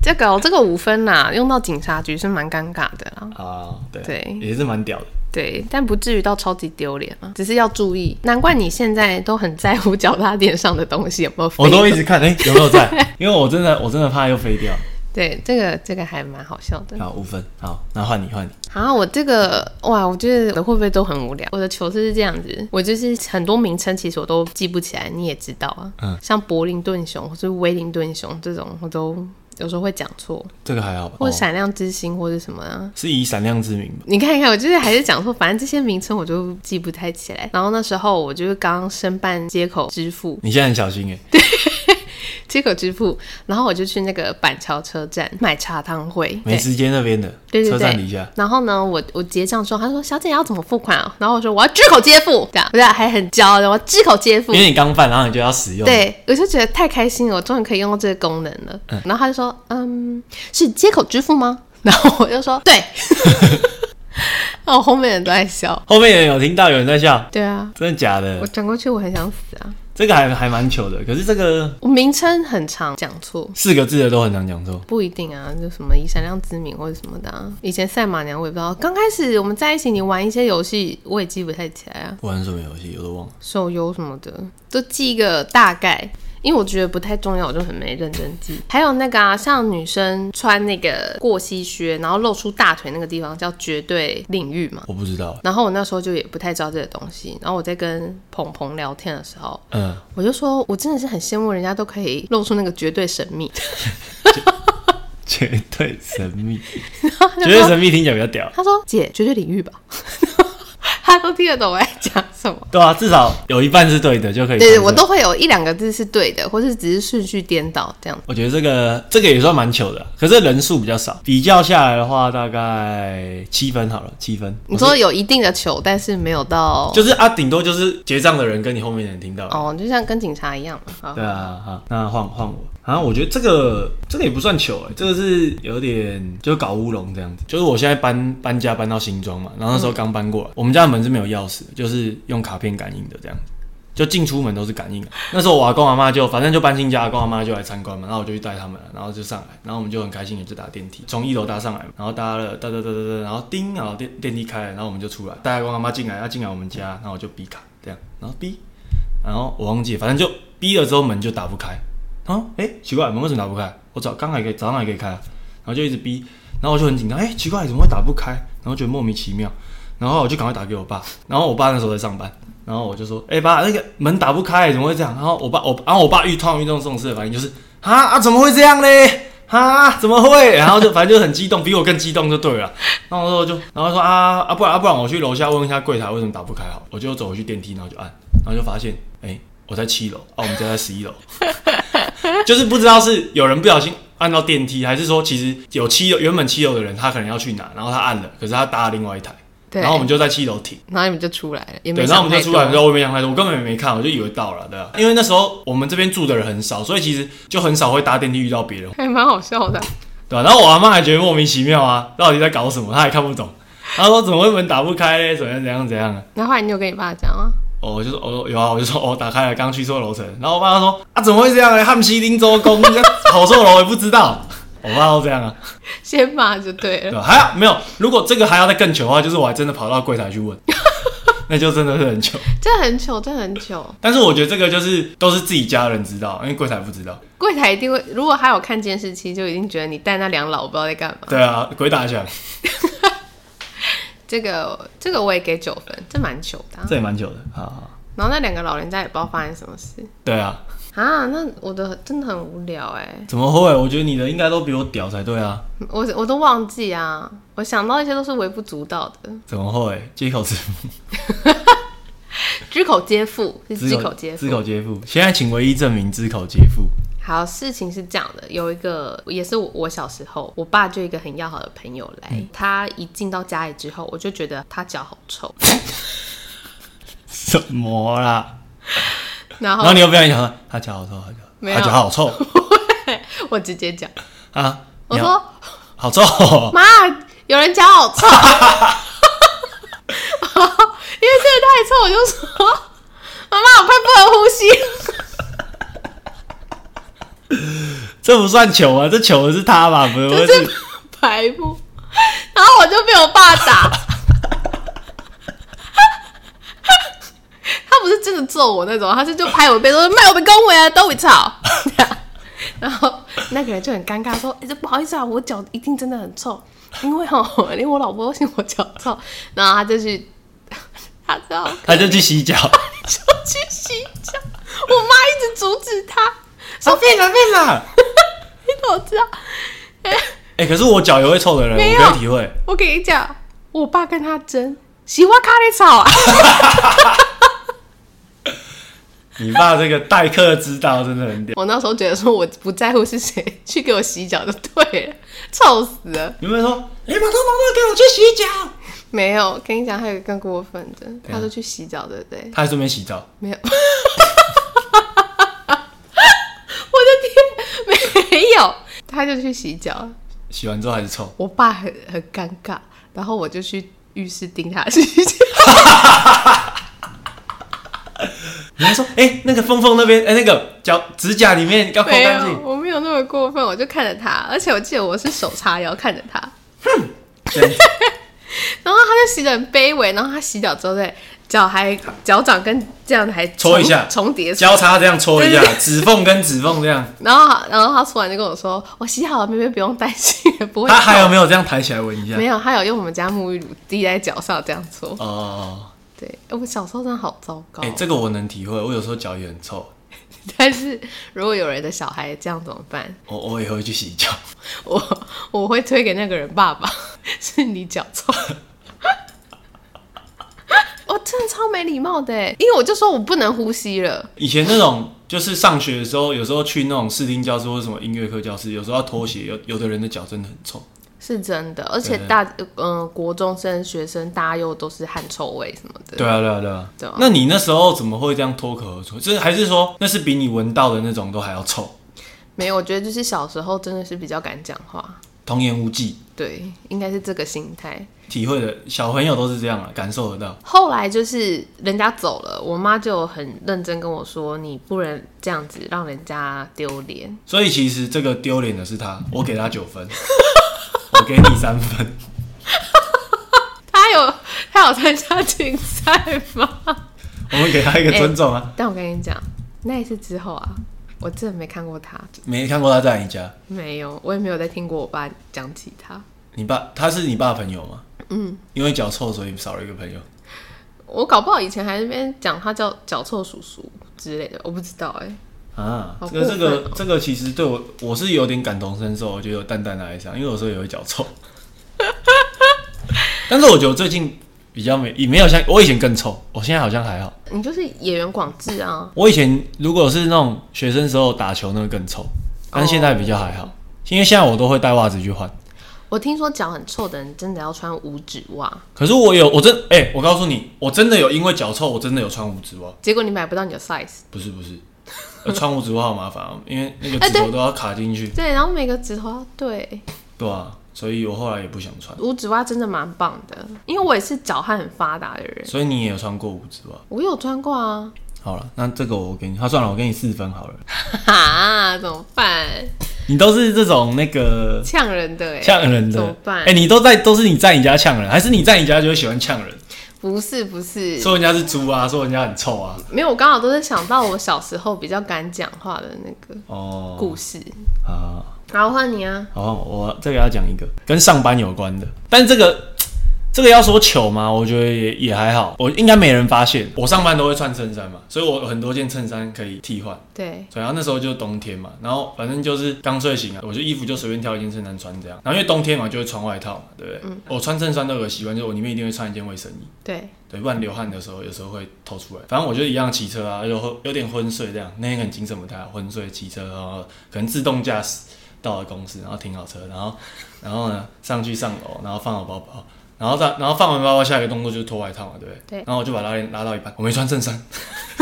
[SPEAKER 1] 这个哦、这个五分啦，用到警察局是蛮尴尬的啦。
[SPEAKER 2] 啊，对
[SPEAKER 1] 对
[SPEAKER 2] 也是蛮屌的。
[SPEAKER 1] 对，但不至于到超级丢脸啊，只是要注意。难怪你现在都很在乎脚踏垫上的东西有没有飞。
[SPEAKER 2] 我都一直看，哎、有没有在？因为我真的我真的怕又飞掉。
[SPEAKER 1] 对这个这个还蛮好笑的。
[SPEAKER 2] 好，五分，好，那换你换你。
[SPEAKER 1] 啊，我这个哇，我觉得会不会都很无聊？我的球是这样子，我就是很多名称其实我都记不起来，你也知道啊，
[SPEAKER 2] 嗯
[SPEAKER 1] 像柏林顿熊或是威灵顿熊这种，我都有时候会讲错，
[SPEAKER 2] 这个还好吧？
[SPEAKER 1] 或者
[SPEAKER 2] 哦
[SPEAKER 1] 闪亮之星或者什么啊。
[SPEAKER 2] 是以闪亮之名吧？
[SPEAKER 1] 你看一看，我就是还是讲错，反正这些名称我就记不太起来。然后那时候我就是刚申办接口支付，
[SPEAKER 2] 你现在很小心哎、
[SPEAKER 1] 接口支付，然后我就去那个板桥车站买茶汤会，
[SPEAKER 2] 美食街那边的，
[SPEAKER 1] 对对对
[SPEAKER 2] 车站底下。
[SPEAKER 1] 然后呢，我我结账的时候，他说：“小姐要怎么付款啊？”然后我说：“我要支口接付。”这样，我俩还很骄傲的，我要支口接付
[SPEAKER 2] 因。为你刚办，然后你就要使用，，
[SPEAKER 1] 嗯对，我就觉得太开心了，我终于可以用到这个功能了。然后他就说：“嗯，是接口支付吗？” 然后我就说：“ 对。”然后后面人都在笑。
[SPEAKER 2] 后面人有听到有人在笑，
[SPEAKER 1] 对啊，
[SPEAKER 2] 真的假
[SPEAKER 1] 我
[SPEAKER 2] 的？
[SPEAKER 1] 转过去，我很想死啊！
[SPEAKER 2] 这个还还蛮糗的，可是这个
[SPEAKER 1] 我名称很长，讲错。
[SPEAKER 2] 四个字的都很难讲错。
[SPEAKER 1] 不一定啊，就什么以闪亮之名或者什么的、啊。以前赛马娘我也不知道，刚开始我们在一起，你玩一些游戏，我也记不太起来啊，
[SPEAKER 2] 玩什么游戏我都忘了。
[SPEAKER 1] 手游什么的，都记一个大概。因为我觉得不太重要，我就很没认真记。还有那个啊，像女生穿那个过膝靴，然后露出大腿那个地方叫绝对领域嘛。
[SPEAKER 2] 我不知道，
[SPEAKER 1] 然后我那时候就也不太知道这个东西。然后我在跟鹏鹏聊天的时候，
[SPEAKER 2] 嗯，
[SPEAKER 1] 我就说我真的是很羡慕人家都可以露出那个绝对神秘。
[SPEAKER 2] 绝对神 秘，
[SPEAKER 1] 然后他就
[SPEAKER 2] 绝
[SPEAKER 1] 说
[SPEAKER 2] 对神秘听起来比较屌。
[SPEAKER 1] 他说：“姐，绝对领域吧。” 他都听得懂我在讲什么。
[SPEAKER 2] 对啊，至少有一半是对的，就可以。
[SPEAKER 1] 对对，我。都会有一两个字是对的，或是只是顺序颠倒这样。
[SPEAKER 2] 我觉得这个这个也算蛮糗的，可是人数比较少，比较下来的话大概七分好了，七分。
[SPEAKER 1] 你说有一定的球，但是没有到
[SPEAKER 2] 就是啊，顶多就是结账的人跟你后面的人听到。
[SPEAKER 1] 哦，就像跟警察一样嘛。好
[SPEAKER 2] 对啊，好，那换换我啊！我觉得这个这个也不算糗哎、这个是有点就是搞乌龙这样子。就是我现在搬搬家搬到新庄嘛，然后那时候刚搬过来，我们家的门是没有钥匙的，就是用卡片感应的这样子，就进出门都是感应的。那时候我阿公阿妈就反正就搬新家，阿公阿妈就来参观嘛，然后我就去带他们，然后就上来，然后我们就很开心的就搭电梯，从一楼搭上来嘛，然后搭了搭搭搭搭搭，然后叮，然后电电梯开了，然后我们就出来，带阿公阿妈进来，要进来我们家，然后我就逼卡这样，然后逼。然后我忘记，反正就逼了之后门就打不开。啊，哎、奇怪，门为什么打不开？我早刚还可以，早上还可以开啊、然后就一直逼，然后我就很紧张，哎、奇怪，怎么会打不开？然后觉得莫名其妙，然后我就赶快打给我爸，然后我爸那时候在上班，然后我就说，哎、爸，那个门打不开，怎么会这样？然后我爸，我，然后我爸遇通遇到这种事的反应就是，啊啊，怎么会这样嘞？啊，怎么会？然后 就反正就很激动，比我更激动就对了。然后我就，然后说啊啊，不然啊不然我去楼下问一下柜台为什么打不开好，我就走回去电梯，然后就按，然后就发现，哎、我在七楼，哦、我们家在十一楼， 就是不知道是有人不小心按到电梯，还是说其实有七楼原本七楼的人他可能要去哪，然后他按了，可是他搭了另外一台，
[SPEAKER 1] 对，
[SPEAKER 2] 然后我们就在七楼停。
[SPEAKER 1] 然后你们就出来了，也
[SPEAKER 2] 对，
[SPEAKER 1] 没
[SPEAKER 2] 然
[SPEAKER 1] 想
[SPEAKER 2] 后我们
[SPEAKER 1] 太
[SPEAKER 2] 就出来
[SPEAKER 1] 多
[SPEAKER 2] 之后，我也没想太多，我根本没看，我就以为到了，对吧、因为那时候我们这边住的人很少，所以其实就很少会搭电梯遇到别人，
[SPEAKER 1] 还蛮好笑的。
[SPEAKER 2] 对吧、然后我阿妈还觉得莫名其妙啊，到底在搞什么？她还看不懂，她说怎么会门打不开嘞？怎样怎样怎样啊？
[SPEAKER 1] 然后后来你有跟你爸讲啊？
[SPEAKER 2] 哦，我就说，哦，有啊，我就说，哦，打开了，刚去错楼层。然后我爸说，啊，怎么会这样嘞？汉西汀州公跑错楼，我也不知道。我爸都这样啊，
[SPEAKER 1] 先骂就对
[SPEAKER 2] 对
[SPEAKER 1] 了。
[SPEAKER 2] 吧？还要没有，如果这个还要再更糗的话，就是我还真的跑到柜台去问， 那就真的是很糗。
[SPEAKER 1] 这很糗，这很糗。
[SPEAKER 2] 但是我觉得这个就是都是自己家人知道，因为柜台不知道。
[SPEAKER 1] 柜台一定会，如果他有看监视器，就一定觉得你带那两老不知道在干嘛。
[SPEAKER 2] 对啊，鬼打墙，
[SPEAKER 1] 这个这个我也给九分，这蛮糗的啊、
[SPEAKER 2] 这也蛮糗的。好好，
[SPEAKER 1] 然后那两个老人家也不知道发生什么事
[SPEAKER 2] 对啊，
[SPEAKER 1] 啊，那我的真的很无聊哎、
[SPEAKER 2] 怎么会？我觉得你的应该都比我屌才对啊，
[SPEAKER 1] 我我都忘记啊，我想到一些都是微不足道的，
[SPEAKER 2] 怎么会？接 口支付，
[SPEAKER 1] 知口皆付是知口皆
[SPEAKER 2] 知
[SPEAKER 1] 付。
[SPEAKER 2] 口接付。现在请唯一证明知口接付。
[SPEAKER 1] 好，事情是这样的，有一个也是我我小时候，我爸就一个很要好的朋友来，
[SPEAKER 2] 嗯
[SPEAKER 1] 他一进到家里之后，我就觉得他脚好臭，
[SPEAKER 2] 什么啦？
[SPEAKER 1] 然
[SPEAKER 2] 然后
[SPEAKER 1] 后
[SPEAKER 2] 你又不要想到他脚好臭，他脚
[SPEAKER 1] 没有
[SPEAKER 2] 他脚好臭
[SPEAKER 1] 我直接讲，
[SPEAKER 2] 啊！
[SPEAKER 1] 我
[SPEAKER 2] 你好
[SPEAKER 1] 说
[SPEAKER 2] 好臭哦，
[SPEAKER 1] 妈，有人脚好 臭， 因为真的太臭，我就说 妈妈，我快不能呼吸了。
[SPEAKER 2] 这不算糗啊，这糗的是他吧？不是，我
[SPEAKER 1] 这
[SPEAKER 2] 是
[SPEAKER 1] 白目，然后我就被我爸打。他不是真的揍我那种，他是就拍我背说：“卖我们公文啊，都会吵。 这样”然后那个人就很尴尬说：“哎、这不好意思啊，我脚一定真的很臭，因为哦，连我老婆都嫌我脚臭。”然后他就去，他知道
[SPEAKER 2] 他就去洗 脚，
[SPEAKER 1] 就去洗脚，我妈一直阻止他，
[SPEAKER 2] 说变了变了。
[SPEAKER 1] 你怎么知道？
[SPEAKER 2] 哎，可是我脚也会臭的人，
[SPEAKER 1] 没有
[SPEAKER 2] 我可以体会。
[SPEAKER 1] 我跟你讲，我爸跟他争，喜欢咖喱草啊。
[SPEAKER 2] 你爸这个待客之道真的很屌。
[SPEAKER 1] 我那时候觉得说我不在乎是谁，去给我洗脚就对了， 臭死了。
[SPEAKER 2] 你们说，哎你把头毛给我去洗脚，
[SPEAKER 1] 没有，跟你讲，还有一个更过分的，他说去洗脚，对不对？
[SPEAKER 2] 他还顺便洗澡，
[SPEAKER 1] 没 有，我的天，没有，他就去洗脚。
[SPEAKER 2] 洗完之后还是臭。
[SPEAKER 1] 我爸很很尴尬，然后我就去浴室盯他洗脚。
[SPEAKER 2] 你还说，哎、那个缝缝那边，哎、那个脚指甲里面要抠
[SPEAKER 1] 没
[SPEAKER 2] 干
[SPEAKER 1] 有，
[SPEAKER 2] 净，
[SPEAKER 1] 我没有那么过分，我就看着他，而且我记得我是手叉腰看着他，
[SPEAKER 2] 这样子
[SPEAKER 1] 然后他就洗的很卑微，然后他洗脚之后对脚还脚掌跟这样还
[SPEAKER 2] 搓一下
[SPEAKER 1] 重重叠，
[SPEAKER 2] 交叉这样搓一下
[SPEAKER 1] 对对，
[SPEAKER 2] 指缝跟指缝 这样。
[SPEAKER 1] 然后他然后他突然就跟我说：“我洗好了，妹妹不用担心，不会。”
[SPEAKER 2] 他还有没有这样抬起来闻一下？
[SPEAKER 1] 没有，他有用我们家沐浴乳滴在脚上这样搓。
[SPEAKER 2] 哦，
[SPEAKER 1] 对，我小 时候真的好糟糕。
[SPEAKER 2] 哎、这个我能体会，我有时候脚也很臭，
[SPEAKER 1] 但是如果有人的小孩这样怎么办？
[SPEAKER 2] 我我也会去洗脚。
[SPEAKER 1] 我我会推给那个人爸 爸，是你脚臭。 我真的超没礼貌的耶，因为我就说我不能呼吸了。
[SPEAKER 2] 以前那种就是上学的时候，有时候去那种视听教室或者什么音乐课教室，有时候要脱鞋，有有的人的脚真的很臭。
[SPEAKER 1] 是真的，而且
[SPEAKER 2] 对
[SPEAKER 1] 大嗯、国中生、学生，大家又都是汗臭味什么的。
[SPEAKER 2] 对啊，对啊，对啊。
[SPEAKER 1] 对啊
[SPEAKER 2] 那你那时候怎么会这样脱口而出？这还是说那是比你闻到的那种都还要臭？
[SPEAKER 1] 没有，我觉得就是小时候真的是比较敢讲话，
[SPEAKER 2] 童言无忌，
[SPEAKER 1] 对，应该是这个心态。
[SPEAKER 2] 体会的小朋友都是这样啊，感受得到。
[SPEAKER 1] 后来就是人家走了，我妈就很认真跟我说：“你不能这样子让人家丢脸。
[SPEAKER 2] 所以其实这个丢脸的是他，我给他九分， 我给你三分。”
[SPEAKER 1] 她有她有参加竞赛吗？
[SPEAKER 2] 我们给他一个尊重啊！
[SPEAKER 1] 但我跟你讲，那一次之后啊，我真的没看过她，
[SPEAKER 2] 没看过他在你家，
[SPEAKER 1] 没有，我也没有再听过我爸讲起她。
[SPEAKER 2] 你爸他是你爸的朋友吗？嗯，因为脚臭，所以少了一个朋友。
[SPEAKER 1] 我搞不好以前还在那边讲他叫脚臭叔叔之类的，我不知道哎、
[SPEAKER 2] 啊，
[SPEAKER 1] 好
[SPEAKER 2] 这个
[SPEAKER 1] 过
[SPEAKER 2] 这
[SPEAKER 1] 分
[SPEAKER 2] 个
[SPEAKER 1] 哦
[SPEAKER 2] 这个其实对我我是有点感同身受，我觉得有淡淡的哀伤，因为有时候也会脚臭。 但是我觉得我最近比较没，也没有像我以前更臭，我现在好像还好。
[SPEAKER 1] 你就是演员广志啊，
[SPEAKER 2] 我以前如果是那种学生时候打球，那个更臭，但是现在比较还
[SPEAKER 1] 哦
[SPEAKER 2] 好，因为现在我都会带袜子去换。
[SPEAKER 1] 我听说脚很臭的人真的要穿五指袜，
[SPEAKER 2] 可是我有，我真哎、我告诉你，我真的有因为脚臭，我真的有穿五指袜，
[SPEAKER 1] 结果你买不到你的 size。
[SPEAKER 2] 不是 不是，呃穿五指袜好麻烦哦，因为那个
[SPEAKER 1] 哎
[SPEAKER 2] 指头
[SPEAKER 1] 对
[SPEAKER 2] 都要卡进去，
[SPEAKER 1] 对，然后每个指头要对，
[SPEAKER 2] 对啊，所以我后来也不想穿。
[SPEAKER 1] 五指袜真的蛮棒的，因为我也是脚汗很发达的人，
[SPEAKER 2] 所以你也有穿过五指袜？
[SPEAKER 1] 我有穿过啊，
[SPEAKER 2] 好了，那这个我给你，他、算了，我给你四分好了。
[SPEAKER 1] 哈，怎么办？
[SPEAKER 2] 你都是这种那个
[SPEAKER 1] 呛人的哎、
[SPEAKER 2] 呛人
[SPEAKER 1] 怎么
[SPEAKER 2] 的，
[SPEAKER 1] 办
[SPEAKER 2] 哎、你都在都是你在你家呛人，还是你在你家就会喜欢呛人，
[SPEAKER 1] 不是不是，
[SPEAKER 2] 说人家是猪啊，说人家很臭啊？
[SPEAKER 1] 没有，我刚好都是想到我小时候比较敢讲话的那个
[SPEAKER 2] 哦，
[SPEAKER 1] 故事。
[SPEAKER 2] 啊，
[SPEAKER 1] 然后换你啊，
[SPEAKER 2] 好，我这个要讲一个跟上班有关的，但这个这个要说糗吗？我觉得也也还好，我应该没人发现。我上班都会穿衬衫嘛，所以我有很多件衬衫可以替换。
[SPEAKER 1] 对，
[SPEAKER 2] 对，然后那时候就是冬天嘛，然后反正就是刚睡醒啊，我就衣服就随便挑一件衬衫穿这样。然后因为冬天嘛，就会穿外套嘛，对不对？我穿衬衫都有个习惯，就是我里面一定会穿一件卫生衣，
[SPEAKER 1] 对，
[SPEAKER 2] 对，不然流汗的时候有时候会透出来。反正我就一样骑车啊，有昏有点昏睡这样，那天很精神不太好，昏睡骑车，然后可能自动驾驶到了公司，然后停好车，然后然后呢上去上楼，然后放好包包。然后再，然后放完包包，下一个动作就是脱外套嘛，对不对？
[SPEAKER 1] 对
[SPEAKER 2] 然后我就把拉链拉到一半，我没穿衬衫，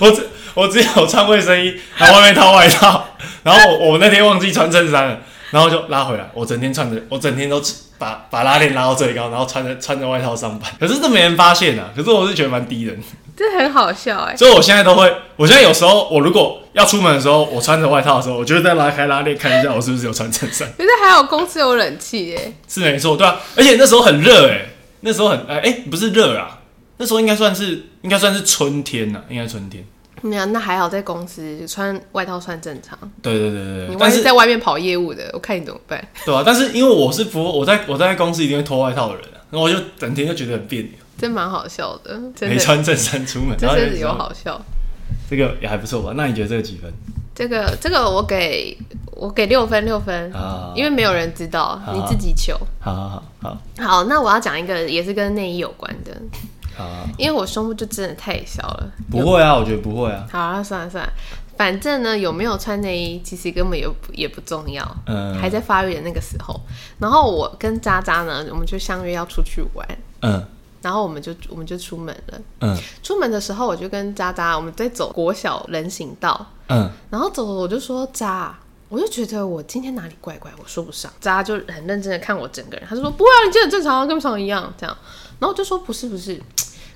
[SPEAKER 2] 我只我只有穿卫生衣，然后外面套外套，然后我我那天忘记穿衬衫了，然后就拉回来，我整天穿着，我整天都把把拉链拉到最高，然后穿着穿着外套上班，可是都没人发现啊，可是我是觉得蛮低人，
[SPEAKER 1] 这很好笑哎、
[SPEAKER 2] 所以我现在都会，我现在有时候我如果要出门的时候，我穿着外套的时候，我就会再拉开拉链看一下我是不是有穿衬衫，
[SPEAKER 1] 可是还好公司有冷气耶，
[SPEAKER 2] 是没错，对啊，而且那时候很热哎、那时候很哎哎、不是热啊，那时候应该算是应该算是春天呐、啊，应该春天，
[SPEAKER 1] 没有，那还好在公司穿外套算正常。
[SPEAKER 2] 对对对对
[SPEAKER 1] 你
[SPEAKER 2] 对，
[SPEAKER 1] 万
[SPEAKER 2] 但
[SPEAKER 1] 一
[SPEAKER 2] 是
[SPEAKER 1] 在外面跑业务的，我看你怎么办。
[SPEAKER 2] 对啊，但是因为我是服务，我在我在公司一定会脱外套的人、啊，然后我就整天就觉得很别扭，
[SPEAKER 1] 真蛮好笑的，真
[SPEAKER 2] 没
[SPEAKER 1] 的，
[SPEAKER 2] 穿衬衫出门，
[SPEAKER 1] 这
[SPEAKER 2] 然后
[SPEAKER 1] 真
[SPEAKER 2] 就
[SPEAKER 1] 的
[SPEAKER 2] 是
[SPEAKER 1] 有好笑。
[SPEAKER 2] 这个也还不错吧？那你觉得这个几分
[SPEAKER 1] 这个这个我给我给六分六分，
[SPEAKER 2] 啊？
[SPEAKER 1] 因为没有人知道，
[SPEAKER 2] 好
[SPEAKER 1] 你自己求。
[SPEAKER 2] 好好好好
[SPEAKER 1] 好，那我要讲一个也是跟内衣有关的。
[SPEAKER 2] 啊，
[SPEAKER 1] 因为我胸部就真的太小了。
[SPEAKER 2] 不会啊，我觉得不会啊。
[SPEAKER 1] 好啊，算了算了，反正呢，有没有穿内衣其实根本也不也不重要，
[SPEAKER 2] 嗯
[SPEAKER 1] 还在发育的那个时候。然后我跟渣渣呢，我们就相约要出去玩，
[SPEAKER 2] 嗯
[SPEAKER 1] 然后我们就我们就出门了。
[SPEAKER 2] 嗯
[SPEAKER 1] 出门的时候，我就跟渣渣我们在走国小人行道，
[SPEAKER 2] 嗯，
[SPEAKER 1] 然后走了我就说渣。我就觉得我今天哪里怪怪，我说不上。渣就很认真的看我整个人，他就说不会啊，你今天很正常啊，跟平常一样这样。然后我就说不是不是，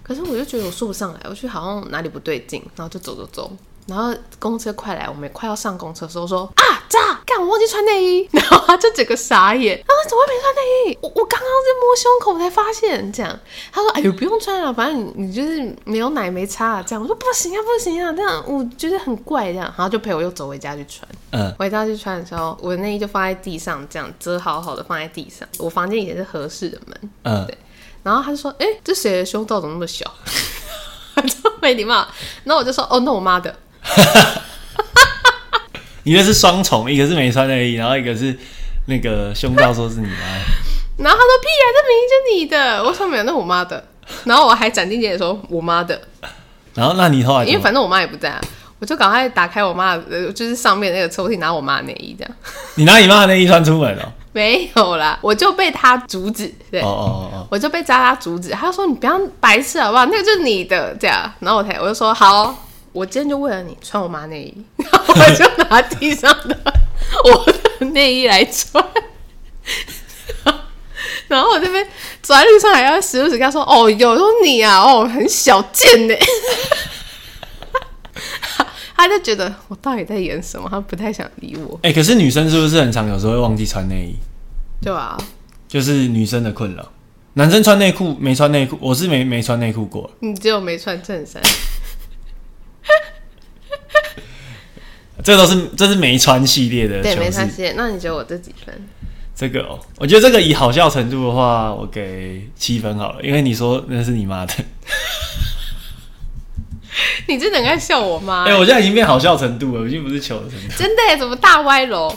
[SPEAKER 1] 可是我就觉得我说不上来，哎我觉得好像哪里不对劲，然后就走走走。啊然后公车快来，我们快要上公车的时候说啊渣，干我忘记穿内衣，然后他就整个傻眼，他说怎么会没穿内衣？我我刚刚在摸胸口才发现这样。他说哎呦不用穿了，反正你你就是没有奶没差啊这样。我说不行啊不行啊，这样我觉得很怪这样，然后啊就陪我又走回家去穿。
[SPEAKER 2] 嗯
[SPEAKER 1] 回家去穿的时候，我的内衣就放在地上，这样折好好的放在地上。我房间也是合适的门，
[SPEAKER 2] 嗯，
[SPEAKER 1] 然后他就说：“哎、这谁的胸罩怎么那么小？” 就没礼貌。然后我就说：“哦，那我妈的。
[SPEAKER 2] 你那是双重，一个是没穿内衣，然后一个是那个胸罩说是你妈。”
[SPEAKER 1] 然后他说：“屁啊，这明明就你的。”我说：“没有，那我妈的。”然后我还斩钉截铁地说：“我妈的。
[SPEAKER 2] 然后那你后”来
[SPEAKER 1] 因
[SPEAKER 2] 怎
[SPEAKER 1] 为
[SPEAKER 2] 么？
[SPEAKER 1] 反正我妈也不在啊，我就赶快打开我妈的，呃就是上面那个抽屉拿我妈的内衣，这样
[SPEAKER 2] 你拿你妈的内衣穿出门哦？
[SPEAKER 1] 没有啦，我就被他阻止。对，
[SPEAKER 2] 哦哦哦哦，
[SPEAKER 1] 我就被渣渣阻止，他就说你不要白痴好不好？那个就是你的这样，然后我才我就说好，我今天就为了你穿我妈内衣，然后我就拿地上的我的内衣来穿。然后我这边走在路上还要时不时跟他说：“哦，有说你啊，哦，很小贱呢。” 他就觉得我到底在演什么，他不太想理我，
[SPEAKER 2] 哎、可是女生是不是很常有时候会忘记穿内衣？
[SPEAKER 1] 对啊吧、
[SPEAKER 2] 就是女生的困扰。男生穿内裤没穿内裤，我是没没穿内裤过。
[SPEAKER 1] 你只有没穿衬衫，
[SPEAKER 2] 这都是这是没穿系列的
[SPEAKER 1] 对，没
[SPEAKER 2] 糗
[SPEAKER 1] 穿
[SPEAKER 2] 事。
[SPEAKER 1] 鞋。那你觉得我这几分？
[SPEAKER 2] 这个哦，我觉得这个以好笑程度的话，我给七分好了，因为你说那是你妈的。
[SPEAKER 1] 你真的很爱笑我妈、
[SPEAKER 2] 哎、我现在已经变好笑程度了，我已经不是糗的程度。
[SPEAKER 1] 真的耶，怎么大歪楼？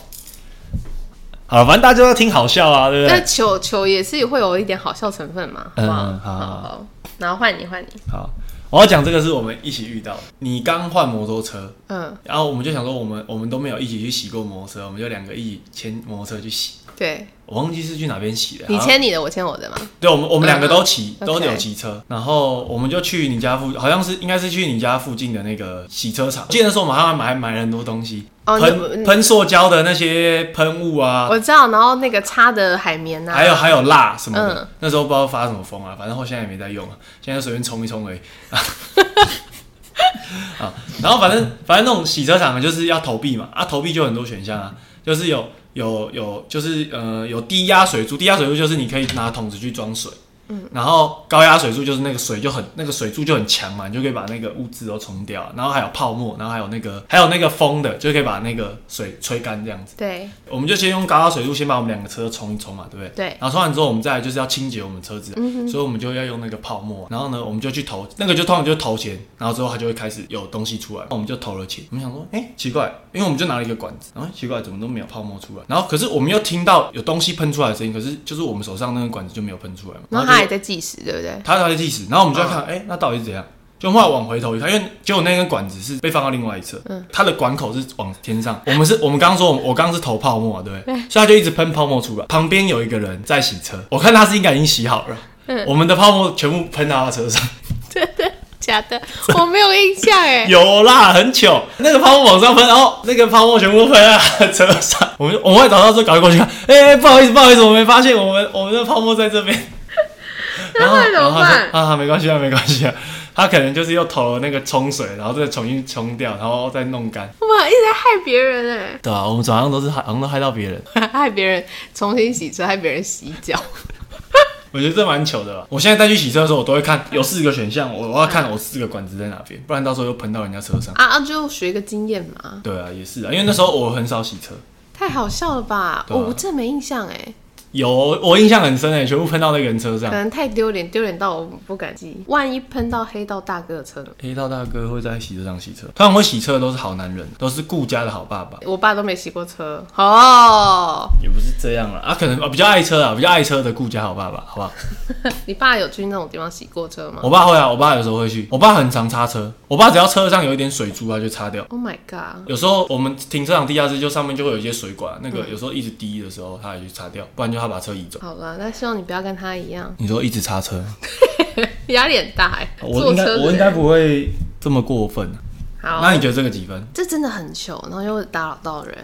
[SPEAKER 2] 好了，反正大家都要听好笑啊，对不
[SPEAKER 1] 那
[SPEAKER 2] 对？
[SPEAKER 1] 球球也是会有一点好笑成分嘛，好不好？
[SPEAKER 2] 嗯好好好
[SPEAKER 1] 好。然后换你，换你。
[SPEAKER 2] 好，我要讲这个是我们一起遇到的。你刚换摩托车，
[SPEAKER 1] 嗯，
[SPEAKER 2] 然后我们就想说，我们我们都没有一起去洗过摩托车，我们就两个一起牵摩托车去洗。
[SPEAKER 1] 对
[SPEAKER 2] 我忘记是去哪边洗的，
[SPEAKER 1] 你
[SPEAKER 2] 好像
[SPEAKER 1] 牵你的，我牵我的嘛。
[SPEAKER 2] 对，我们我们两个都
[SPEAKER 1] 嗯
[SPEAKER 2] 骑，
[SPEAKER 1] OK
[SPEAKER 2] 都有骑车，然后我们就去你家附，好像是应该是去你家附近的那个洗车场。记得那时候我们还买买了很多东西，
[SPEAKER 1] 哦
[SPEAKER 2] 喷
[SPEAKER 1] 你哦
[SPEAKER 2] 喷塑胶的那些喷雾啊，哎
[SPEAKER 1] 我知道，然后那个擦的海绵啊，
[SPEAKER 2] 还有还有蜡什么的。
[SPEAKER 1] 嗯
[SPEAKER 2] 那时候不知道发什么疯啊，反正我现在也没在用啊，现在随便冲一冲而已。 啊，然后反正反正那种洗车场就是要投币嘛，啊投币就有很多选项啊，就是有有有就是呃有低压水柱，低压水柱就是你可以拿桶子去装水，嗯，然后高压水柱就是那个水就很那个水柱就很强嘛，你就可以把那个污渍都冲掉，啊然后还有泡沫，然后还有那个还有那个风的，就可以把那个水吹干这样子。
[SPEAKER 1] 对
[SPEAKER 2] 我们就先用高压水柱先把我们两个车冲一冲嘛，对不对？
[SPEAKER 1] 对嗯
[SPEAKER 2] 然后冲完之后，我们再来就是要清洁我们车子，啊所以我们就要用那个泡沫。然后呢，我们就去投，那个就通常就投钱，然后之后它就会开始有东西出来，我们就投了钱。我们想说，哎、奇怪，因为我们就拿了一个管子，然后奇怪怎么都没有泡沫出来。然后可是我们又听到有东西喷出来的声音，可是就是我们手上那个管子就没有喷出来嘛。
[SPEAKER 1] 然后
[SPEAKER 2] 就
[SPEAKER 1] 他也在计时，对不 对？
[SPEAKER 2] 他才会计时，然后我们就要看，哎、那到底是怎样？就后来往回头一看，因为结果那根管子是被放到另外一侧，它的管口是往天上。我们是，我们刚刚说，我我刚刚是投泡沫嘛，对不对？所以他就一直喷泡沫出来。旁边有一个人在洗车，我看他是应该已经洗好了，我们的泡沫全部喷到他车上。
[SPEAKER 1] 假的， 我没有印象 哎。
[SPEAKER 2] 有啦，很糗，那个泡沫往上喷，然后那个泡沫全部都喷到他的车上。我们我们会找到之后赶快过去看，哎、不好意思，不好意思，我没发现我们我们的泡沫在这 边。然后
[SPEAKER 1] 那会怎么
[SPEAKER 2] 然后他说
[SPEAKER 1] 办
[SPEAKER 2] 啊，没关系啊，没关系啊。他可能就是又投了那个冲水，然后再重新冲掉，然后再弄干。
[SPEAKER 1] 哇，一直在害别人
[SPEAKER 2] 对啊，我们早上都是害，好像都害到别人。
[SPEAKER 1] 哎， 害别人重新洗车，害别人洗 脚。
[SPEAKER 2] 我觉得这蛮糗的啊吧。我现在再去洗车的时候，我都会看有四个选项，我我要看我四个管子在哪边，不然到时候又喷到人家车上。
[SPEAKER 1] 啊啊，就学一个经验嘛，
[SPEAKER 2] 对啊，也是啊，因为那时候我很少洗车，
[SPEAKER 1] 太好笑了吧？哦
[SPEAKER 2] 对啊
[SPEAKER 1] 我我真的没印象哎。
[SPEAKER 2] 有，我印象很深诶、欸全部喷到那个人车上
[SPEAKER 1] 可。能太丢脸，丢脸到我不敢记。万一喷到黑道大哥的车呢？
[SPEAKER 2] 黑道大哥会在洗车上洗车，通常会洗车的都是好男人，都是顾家的好爸爸，
[SPEAKER 1] 我爸都没洗过车哦。
[SPEAKER 2] 也不是这样啦，啊，可能、啊、比较爱车啊，比较爱车的顾家好爸爸，好不好？
[SPEAKER 1] 你爸有去那种地方洗过车吗
[SPEAKER 2] 我爸会啊，我爸有时候会去，我爸很常擦车，我爸只要车上有一点水珠，他就擦掉。
[SPEAKER 1] ？Oh my god！
[SPEAKER 2] 有时候我们停车场地下室就上面就会有一些水管，那
[SPEAKER 1] 嗯
[SPEAKER 2] 个有时候一直滴的时候，他也去擦掉，不然就他把车移走。
[SPEAKER 1] 好了，那希望你不要跟他一样，
[SPEAKER 2] 你说一直擦车，
[SPEAKER 1] 压力很大哎、
[SPEAKER 2] 哦我
[SPEAKER 1] 坐
[SPEAKER 2] 应该
[SPEAKER 1] 车的
[SPEAKER 2] 我应该不会这么过分。啊
[SPEAKER 1] 好，
[SPEAKER 2] 那你觉得这个几分？
[SPEAKER 1] 这真的很糗，然后又打扰到人。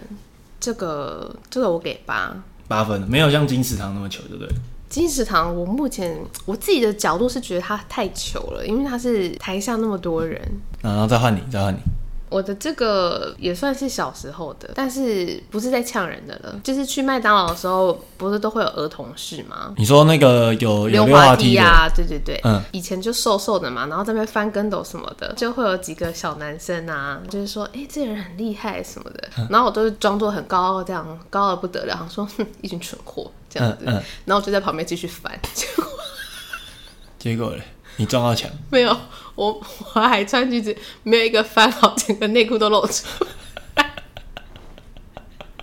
[SPEAKER 1] 这个这个我给八。
[SPEAKER 2] 八分，啊没有像金石堂那么糗，对不对？
[SPEAKER 1] 金石堂，我目前我自己的角度是觉得他太糗了，因为他是台下那么多人。
[SPEAKER 2] 然后再换你，再换你。
[SPEAKER 1] 我的这个也算是小时候的，但是不是在呛人的了。就是去麦当劳的时候，不是都会有儿童室吗？
[SPEAKER 2] 你说那个有有溜
[SPEAKER 1] 滑
[SPEAKER 2] 滑梯的，
[SPEAKER 1] 啊，对对对，
[SPEAKER 2] 嗯
[SPEAKER 1] 以前就瘦瘦的嘛，然后在那边翻跟斗什么的，就会有几个小男生啊，就是说，哎、这个人很厉害什么的，
[SPEAKER 2] 嗯
[SPEAKER 1] 然后我都是装作很高傲，这样高傲得不得了，然后说，哼，一群蠢货这样子，
[SPEAKER 2] 嗯嗯
[SPEAKER 1] 然后我就在旁边继续翻，结果
[SPEAKER 2] 结果嘞，你撞到墙，
[SPEAKER 1] 没有，我我还穿裙子，没有一个翻好，整个内裤都露出来，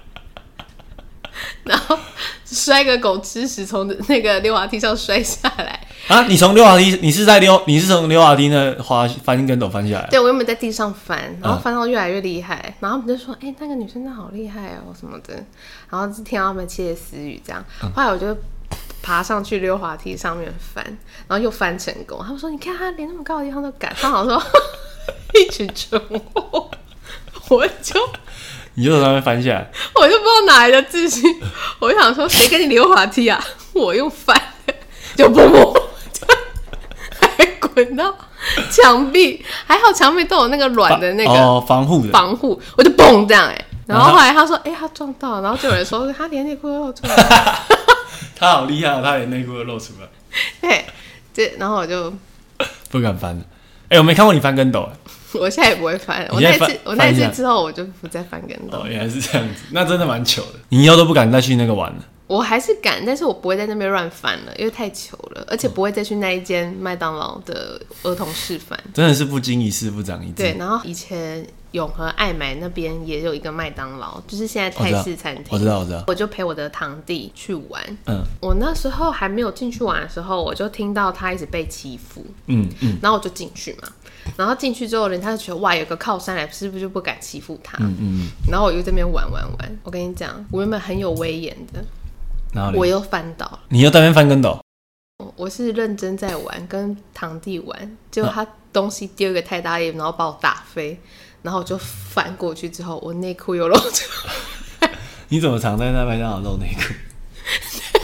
[SPEAKER 1] 然后摔个狗吃屎，从那个溜滑梯上摔下来。
[SPEAKER 2] 啊！你从溜滑梯，你是在溜，你是从溜滑梯那滑翻跟斗翻下来，
[SPEAKER 1] 对，我原本在地上翻，然后翻到越来越厉害，然后我们就说：“哎、那个女生真的好厉害哦，什么的。”然后就听到他们窃窃私语这样。后来我就爬上去溜滑梯上面翻，然后又翻成功。他们说：“你看他连那么高的地方都敢。”他好像说 一群蠢货，我 就
[SPEAKER 2] 你就从那边翻下来。
[SPEAKER 1] 我就不知道哪来的自信， 我就想说：“谁跟你溜滑梯啊？我用翻的， 就不不。” 还滚到墙壁，还好墙壁都有那个软的那个
[SPEAKER 2] 哦，啊防护的，
[SPEAKER 1] 防护，我就嘣这样哎、然后后来他说，哎、他撞到了，然后就有人说他连内裤都撞 到，
[SPEAKER 2] 他好厉害哦，他连内裤都露出来，
[SPEAKER 1] 对，这然后我就
[SPEAKER 2] 不敢翻了。哎、我没看过你翻跟斗，
[SPEAKER 1] 我现在也不会翻，我
[SPEAKER 2] 你
[SPEAKER 1] 那一
[SPEAKER 2] 现在
[SPEAKER 1] 次
[SPEAKER 2] 翻
[SPEAKER 1] 我那一
[SPEAKER 2] 翻一
[SPEAKER 1] 次
[SPEAKER 2] 下
[SPEAKER 1] 之后我就不再翻跟斗，
[SPEAKER 2] 哦，原来是这样子，那真的蛮糗的。你以后都不敢再去那个玩了。
[SPEAKER 1] 我还是敢，但是我不会在那边乱翻了，因为太糗了，而且不会再去那一间麦当劳的儿童室翻。
[SPEAKER 2] 真的是不经一事不长一智。
[SPEAKER 1] 对，，然后以前永和爱买那边也有一个麦当劳，就是现在
[SPEAKER 2] 我
[SPEAKER 1] 泰
[SPEAKER 2] 知道
[SPEAKER 1] 式餐
[SPEAKER 2] 我知
[SPEAKER 1] 厅。
[SPEAKER 2] 道，我知道。
[SPEAKER 1] 我就陪我的堂弟去玩，
[SPEAKER 2] 嗯
[SPEAKER 1] 我那时候还没有进去玩的时候，我就听到他一直被欺负，
[SPEAKER 2] 嗯嗯
[SPEAKER 1] 然后我就进去嘛，然后进去之后，人家就觉得哇，有个靠山来，是不是就不敢欺负他？
[SPEAKER 2] 嗯嗯，
[SPEAKER 1] 然后我就这边玩玩玩，我跟你讲，我原本很有威严的，
[SPEAKER 2] 然后
[SPEAKER 1] 我
[SPEAKER 2] 嘞
[SPEAKER 1] 又翻倒了。
[SPEAKER 2] 你又在那边翻跟斗，
[SPEAKER 1] 我我是认真在玩，跟堂弟玩，结果他东西丢一个太大力，然后把我打飞，然后我就翻过去之后，我内裤又露出来，
[SPEAKER 2] 你怎么常在那麦当劳露内裤？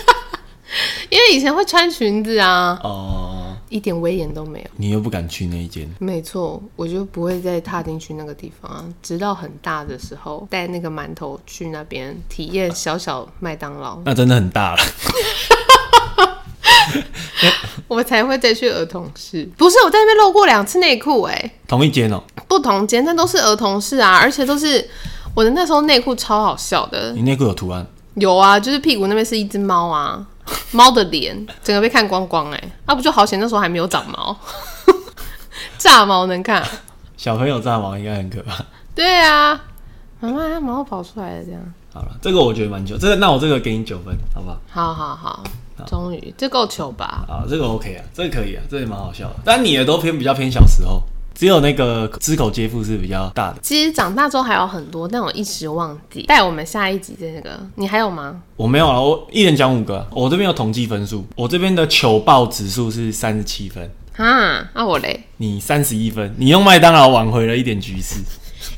[SPEAKER 1] 因为以前会穿裙子啊，
[SPEAKER 2] 哦，
[SPEAKER 1] 一点威严都没有。
[SPEAKER 2] 你又不敢去那一间，
[SPEAKER 1] 没错，我就不会再踏进去那个地方啊，直到很大的时候，带那个馒头去那边体验小小麦当劳，
[SPEAKER 2] 那真的很大了。
[SPEAKER 1] 我才会再去儿童室。不是，我在那边露过两次内裤，哎，
[SPEAKER 2] 同一间哦，
[SPEAKER 1] 不同间，但都是儿童室啊，而且都是我的那时候内裤超好笑的，
[SPEAKER 2] 你内裤有图案，
[SPEAKER 1] 有啊，就是屁股那边是一只猫啊， 猫的脸整个被看光光、哎，那、不就好险那时候还没有长毛， 炸毛能看。
[SPEAKER 2] 小朋友炸毛应该很可怕。
[SPEAKER 1] 对啊，妈妈毛跑出来了，这样。
[SPEAKER 2] 好了，这个我觉得蛮久，这个那我这个给你九分，好不好？
[SPEAKER 1] 好好好，终于这够糗吧？
[SPEAKER 2] 啊，这个 OK 啊，这个可以啊，这也蛮好笑的。但你的都偏比较偏小时候，只有那个知口接腹是比较大的。
[SPEAKER 1] 其实长大之后还有很多，但我一时忘记。带我们下一集的那个，你还有吗？
[SPEAKER 2] 我没有啊，我一人讲五个啊，我这边有统计分数，我这边的糗爆指数是三十七分，
[SPEAKER 1] 啊，那、我嘞？
[SPEAKER 2] 你三十一分，你用麦当劳挽回了一点局势。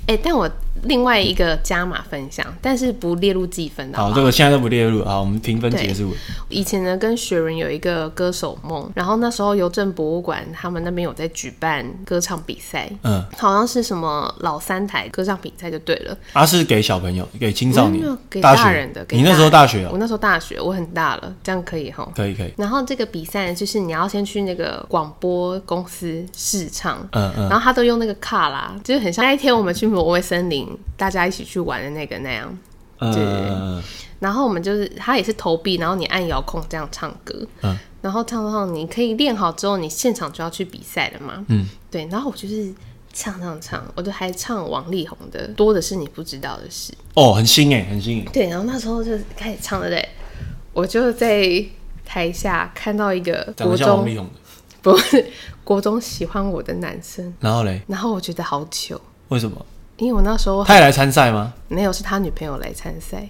[SPEAKER 1] 哎、但我另外一个加码分享，但是不列入计分的。
[SPEAKER 2] 好，
[SPEAKER 1] 吧
[SPEAKER 2] 这个现在都不列入，好，我们评分结束。
[SPEAKER 1] 以前呢，跟雪人有一个歌手梦，然后那时候邮政博物馆他们那边有在举办歌唱比赛，
[SPEAKER 2] 嗯，
[SPEAKER 1] 好像是什么老三台歌唱比赛就对了。
[SPEAKER 2] 它、是给小朋友、给青少年
[SPEAKER 1] 没有没有、给
[SPEAKER 2] 大
[SPEAKER 1] 大
[SPEAKER 2] 学
[SPEAKER 1] 人的，给
[SPEAKER 2] 你那
[SPEAKER 1] 大
[SPEAKER 2] 时候
[SPEAKER 1] 人
[SPEAKER 2] 大学哦、
[SPEAKER 1] 我那时候大学，我很大了，这样可以吼。
[SPEAKER 2] 可以可以，
[SPEAKER 1] 然后这个比赛就是你要先去那个广播公司试唱，
[SPEAKER 2] 嗯嗯
[SPEAKER 1] 然后他都用那个卡拉，就是很像那一天我们去挪威森林，大家一起去玩的那个那样。
[SPEAKER 2] 嗯
[SPEAKER 1] 对
[SPEAKER 2] 嗯，嗯
[SPEAKER 1] 然后我们就是它也是投币，然后你按遥控这样唱歌，
[SPEAKER 2] 嗯
[SPEAKER 1] 然后唱唱，你可以练好之后，你现场就要去比赛了嘛。
[SPEAKER 2] 嗯，
[SPEAKER 1] 对。然后我就是唱唱唱，我就还唱王力宏的《多的是你不知道的事》。
[SPEAKER 2] 哦，很新哎，很新哎，
[SPEAKER 1] 对，然后那时候就开始唱了嘞，我就在台下看到一个
[SPEAKER 2] 长得
[SPEAKER 1] 国
[SPEAKER 2] 像王力
[SPEAKER 1] 中
[SPEAKER 2] 宏的。
[SPEAKER 1] 不是 国中喜欢我的男生，
[SPEAKER 2] 然后嘞，
[SPEAKER 1] 然后我觉得好糗，
[SPEAKER 2] 为什么？
[SPEAKER 1] 因为我那时候
[SPEAKER 2] 他也来参赛吗？
[SPEAKER 1] 没有是他女朋友来参赛，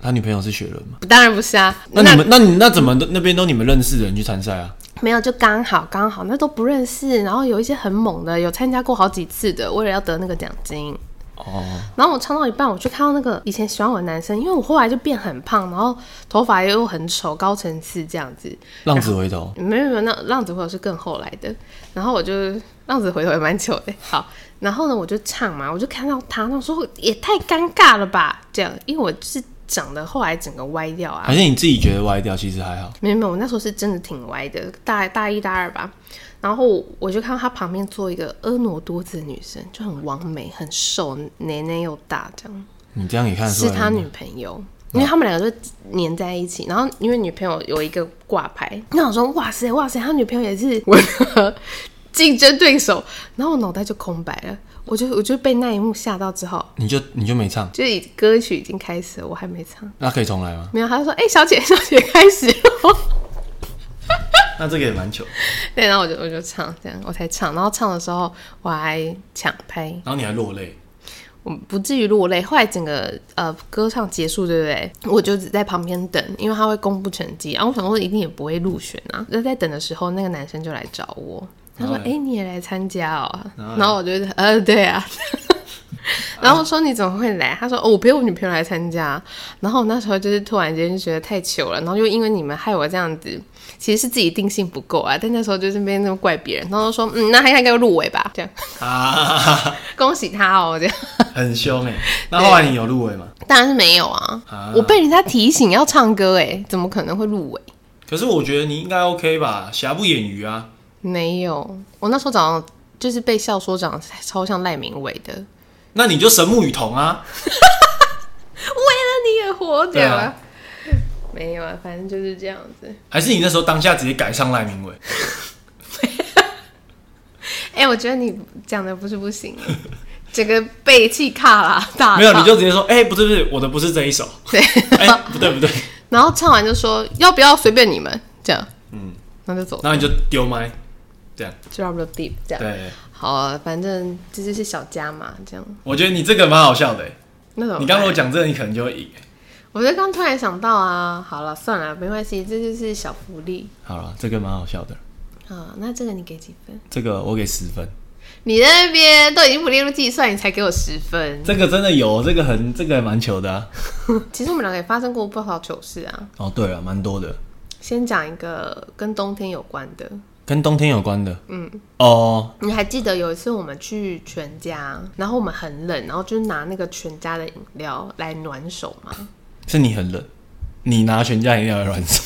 [SPEAKER 2] 他女朋友是雪伦吗？
[SPEAKER 1] 当然不是啊，
[SPEAKER 2] 那你们，那你那怎么都那边都你们认识的人去参赛啊？
[SPEAKER 1] 没有，就刚好刚好，那都不认识。然后有一些很猛的，有参加过好几次的，为了要得那个奖金。
[SPEAKER 2] 哦，
[SPEAKER 1] 然后我唱到一半，我就看到那个以前喜欢我的男生，因为我后来就变很胖，然后头发又很丑，高层次这样子。
[SPEAKER 2] 浪子回头，
[SPEAKER 1] 没有没有，那浪子回头是更后来的。然后我就浪子回头也蛮久的。好，然后呢，我就唱嘛，我就看到他，那我说也太尴尬了吧，这样，因为我就是长得后来整个歪掉啊。
[SPEAKER 2] 还是你自己觉得歪掉，其实还好。
[SPEAKER 1] 没有没有，我那时候是真的挺歪的，大大一大二吧。然后我就看到她旁边坐一个婀娜多姿的女生，就很完美，很瘦，奶奶又大，这样
[SPEAKER 2] 你这样也看得出
[SPEAKER 1] 是
[SPEAKER 2] 来。
[SPEAKER 1] 他女朋友。因为他们两个就黏在一起，然后因为女朋友有一个挂牌，那我说哇塞哇塞，他女朋友也是我的竞争对手，然后我脑袋就空白了，我就我就被那一幕吓到之后，
[SPEAKER 2] 你就你就没唱，
[SPEAKER 1] 就是歌曲已经开始了，我还没唱，
[SPEAKER 2] 那可以重来吗？
[SPEAKER 1] 没有，他就说哎、小姐小姐开始了，
[SPEAKER 2] 那这个也蛮糗。
[SPEAKER 1] 对，然后我就我就唱这样，我才唱，然后唱的时候我还抢拍，
[SPEAKER 2] 然后你还落泪，
[SPEAKER 1] 我不至于落泪。后来整个呃歌唱结束，对不对？我就只在旁边等，因为他会公布成绩，然、后我想说一定也不会入选啊。那在等的时候，那个男生就来找我，他说
[SPEAKER 2] 然：“后
[SPEAKER 1] 哎、
[SPEAKER 2] 嘞
[SPEAKER 1] 你也来参加哦？”
[SPEAKER 2] 然后嘞
[SPEAKER 1] 然后我就呃对啊。 然后我说你怎么会来？他说哦，我陪我女朋友来参加。然后我那时候就是突然间就觉得太糗了，然后又因为你们害我这样子，其实是自己定性不够啊。但那时候就是边那么怪别人，然后说嗯，那他应该要入围吧？这样
[SPEAKER 2] 啊，
[SPEAKER 1] 恭喜他哦，这样
[SPEAKER 2] 很凶哎。那后来你有入围吗？
[SPEAKER 1] 当然是没有啊。
[SPEAKER 2] 啊
[SPEAKER 1] 我被人家提醒要唱歌，哎，怎么可能会入围？
[SPEAKER 2] 可是我觉得你应该 OK 吧，瑕不掩瑜啊。
[SPEAKER 1] 没有，我那时候早上就是被笑说长得超像赖明伟的，为了
[SPEAKER 2] 那你就神木与瞳啊。
[SPEAKER 1] 你也活
[SPEAKER 2] 对
[SPEAKER 1] 着、
[SPEAKER 2] 啊
[SPEAKER 1] 没有啊，反正就是这样子。
[SPEAKER 2] 还是你那时候当下直接改上赖明伟？
[SPEAKER 1] 哎、我觉得你讲的不是不行， 整个背气卡啦，大
[SPEAKER 2] 没有，
[SPEAKER 1] 到
[SPEAKER 2] 你就直接说，哎、不是不是，我的不是这一首，
[SPEAKER 1] 对，
[SPEAKER 2] 哎、不对不对，
[SPEAKER 1] 然后唱完就说要不要随便你们这样，
[SPEAKER 2] 嗯，
[SPEAKER 1] 那就走
[SPEAKER 2] 然后你就丢麦，这样，
[SPEAKER 1] ，drop the beat 这样。
[SPEAKER 2] 对，
[SPEAKER 1] 好、啊，反正这就是小家嘛，这样。
[SPEAKER 2] 我觉得你这个蛮好笑的、欸
[SPEAKER 1] 那种
[SPEAKER 2] 你刚跟我讲这个，你可能就会赢。
[SPEAKER 1] 我就刚突然想到啊，好了，算了，没关系，这就是小福利
[SPEAKER 2] 好了，这个蛮好笑的，
[SPEAKER 1] 啊。那这个你给几分？
[SPEAKER 2] 这个我给十分，
[SPEAKER 1] 你在那边都已经不列入计算，你才给我十分。
[SPEAKER 2] 这个真的有，这个很，这个蛮糗的啊。
[SPEAKER 1] 其实我们两个也发生过不少糗事啊。
[SPEAKER 2] 哦，对了，蛮多的，
[SPEAKER 1] 先讲一个跟冬天有关的，
[SPEAKER 2] 跟冬天有关的，嗯，哦，
[SPEAKER 1] 你还记得有一次我们去全家，然后我们很冷，然后就拿那个全家的饮料来暖手嘛。
[SPEAKER 2] 是你很冷，你拿全家饮料来软手，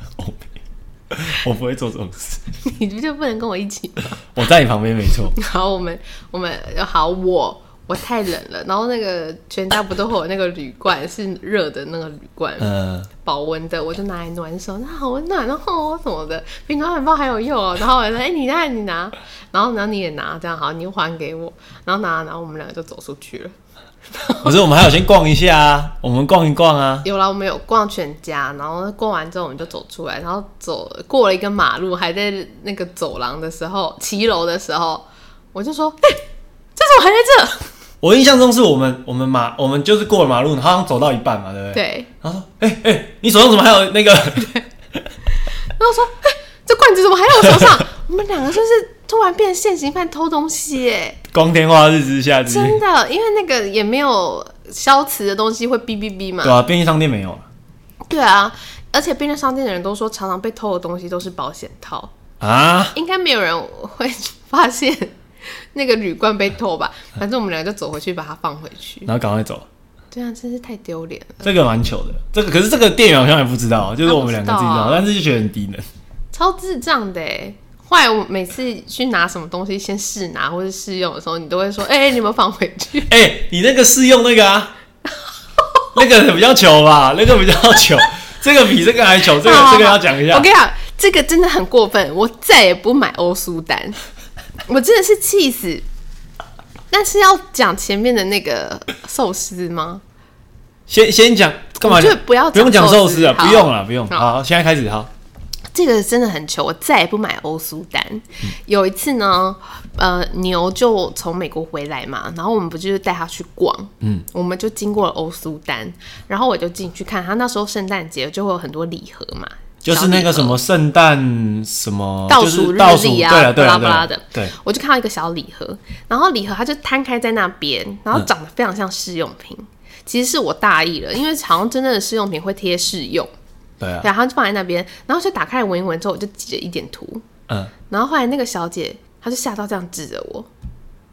[SPEAKER 2] 我没我不会做这种事，
[SPEAKER 1] 你不就不能跟我一起？
[SPEAKER 2] 我在你旁边没错，
[SPEAKER 1] 然后我们我们好我。我太冷了，然后那个全家不都会有那个铝罐是热的那个铝罐，
[SPEAKER 2] 嗯、
[SPEAKER 1] 保温的，我就拿来暖手，那好温暖哦什么的，比暖暖包还有用哦。然后我就说，哎、你拿你拿，然后然后你也拿，这样好，你就还给我，然后拿，然后我们两个就走出去了。
[SPEAKER 2] 可是我们还有先逛一下啊，我们逛一逛啊。
[SPEAKER 1] 有了，我们有逛全家，然后逛完之后我们就走出来，然后走过了一个马路，还在那个走廊的时候，骑楼的时候，我就说， 哎、这怎么还在
[SPEAKER 2] 我印象中是我们我们马我们就是过了马路，好像走到一半嘛，对不
[SPEAKER 1] 这？
[SPEAKER 2] 对？
[SPEAKER 1] 对，
[SPEAKER 2] 然后说，哎、哎、你手上怎么还有那个？
[SPEAKER 1] 然后说， 哎、这罐子怎么还在我手上？ 我们两个就是突然变现行犯偷东西、哎。
[SPEAKER 2] 光天化日之下之，
[SPEAKER 1] 真的，因为那个也没有消磁的东西会哔哔哔嘛。
[SPEAKER 2] 对啊，便利商店没有啊
[SPEAKER 1] 对啊，而且便利商店的人都说，常常被偷的东西都是保险套，
[SPEAKER 2] 啊，
[SPEAKER 1] 应该没有人会发现那个铝罐被偷 吧？反正我们两个就走回去把它放回去。
[SPEAKER 2] 然后赶快走，
[SPEAKER 1] 对啊，真是太丢脸了，
[SPEAKER 2] 这个蛮糗的。这个可是这个店员好像也不知道，就是我们两个自己知
[SPEAKER 1] 他
[SPEAKER 2] 道，
[SPEAKER 1] 不知道啊
[SPEAKER 2] 但是就觉得很低能。
[SPEAKER 1] 超智障的欸后来我每次去拿什么东西，先试拿或者试用的时候，你都会说：“哎、你们放回去。
[SPEAKER 2] 哎、你那个试用那个啊，那个比较糗吧，那个比较 糗，这个比这个还糗，这个
[SPEAKER 1] 好好好
[SPEAKER 2] 这个要讲一下
[SPEAKER 1] 我。跟你讲，这个真的很过分，我再也不买欧舒 丹，我真的是气死。但是要讲前面的那个寿司吗？
[SPEAKER 2] 先先讲干嘛？
[SPEAKER 1] 我觉得不要讲
[SPEAKER 2] 不用讲寿司啊，
[SPEAKER 1] 寿司
[SPEAKER 2] 不用了，不用。
[SPEAKER 1] 好
[SPEAKER 2] 好，现在开始哈。
[SPEAKER 1] 这个真的很糗，我再也不买欧舒丹。
[SPEAKER 2] 嗯
[SPEAKER 1] 有一次呢，呃，牛就从美国回来嘛，然后我们不就是带他去逛，嗯，我们就经过了欧舒丹，然后我就进去看，他那时候圣诞节就会有很多礼盒嘛，
[SPEAKER 2] 就是那个
[SPEAKER 1] 小
[SPEAKER 2] 什
[SPEAKER 1] 礼盒。
[SPEAKER 2] 么圣诞什么
[SPEAKER 1] 倒
[SPEAKER 2] 哦就是
[SPEAKER 1] 数日
[SPEAKER 2] 倒数
[SPEAKER 1] 历啊
[SPEAKER 2] 对了对
[SPEAKER 1] 巴拉
[SPEAKER 2] 了
[SPEAKER 1] 巴
[SPEAKER 2] 对
[SPEAKER 1] 拉
[SPEAKER 2] 了
[SPEAKER 1] 的
[SPEAKER 2] 对，
[SPEAKER 1] 我就看到一个小礼盒，然后礼盒它就摊开在那边，然后长得非常像试用品。其实是我大意了，因为好像真正的试用品会贴试用，
[SPEAKER 2] 对啊，
[SPEAKER 1] 对，然后就放在那边，然后就打开来闻一闻之后，我就挤了一点涂，
[SPEAKER 2] 嗯，
[SPEAKER 1] 然后后来那个小姐她就吓到这样指着我，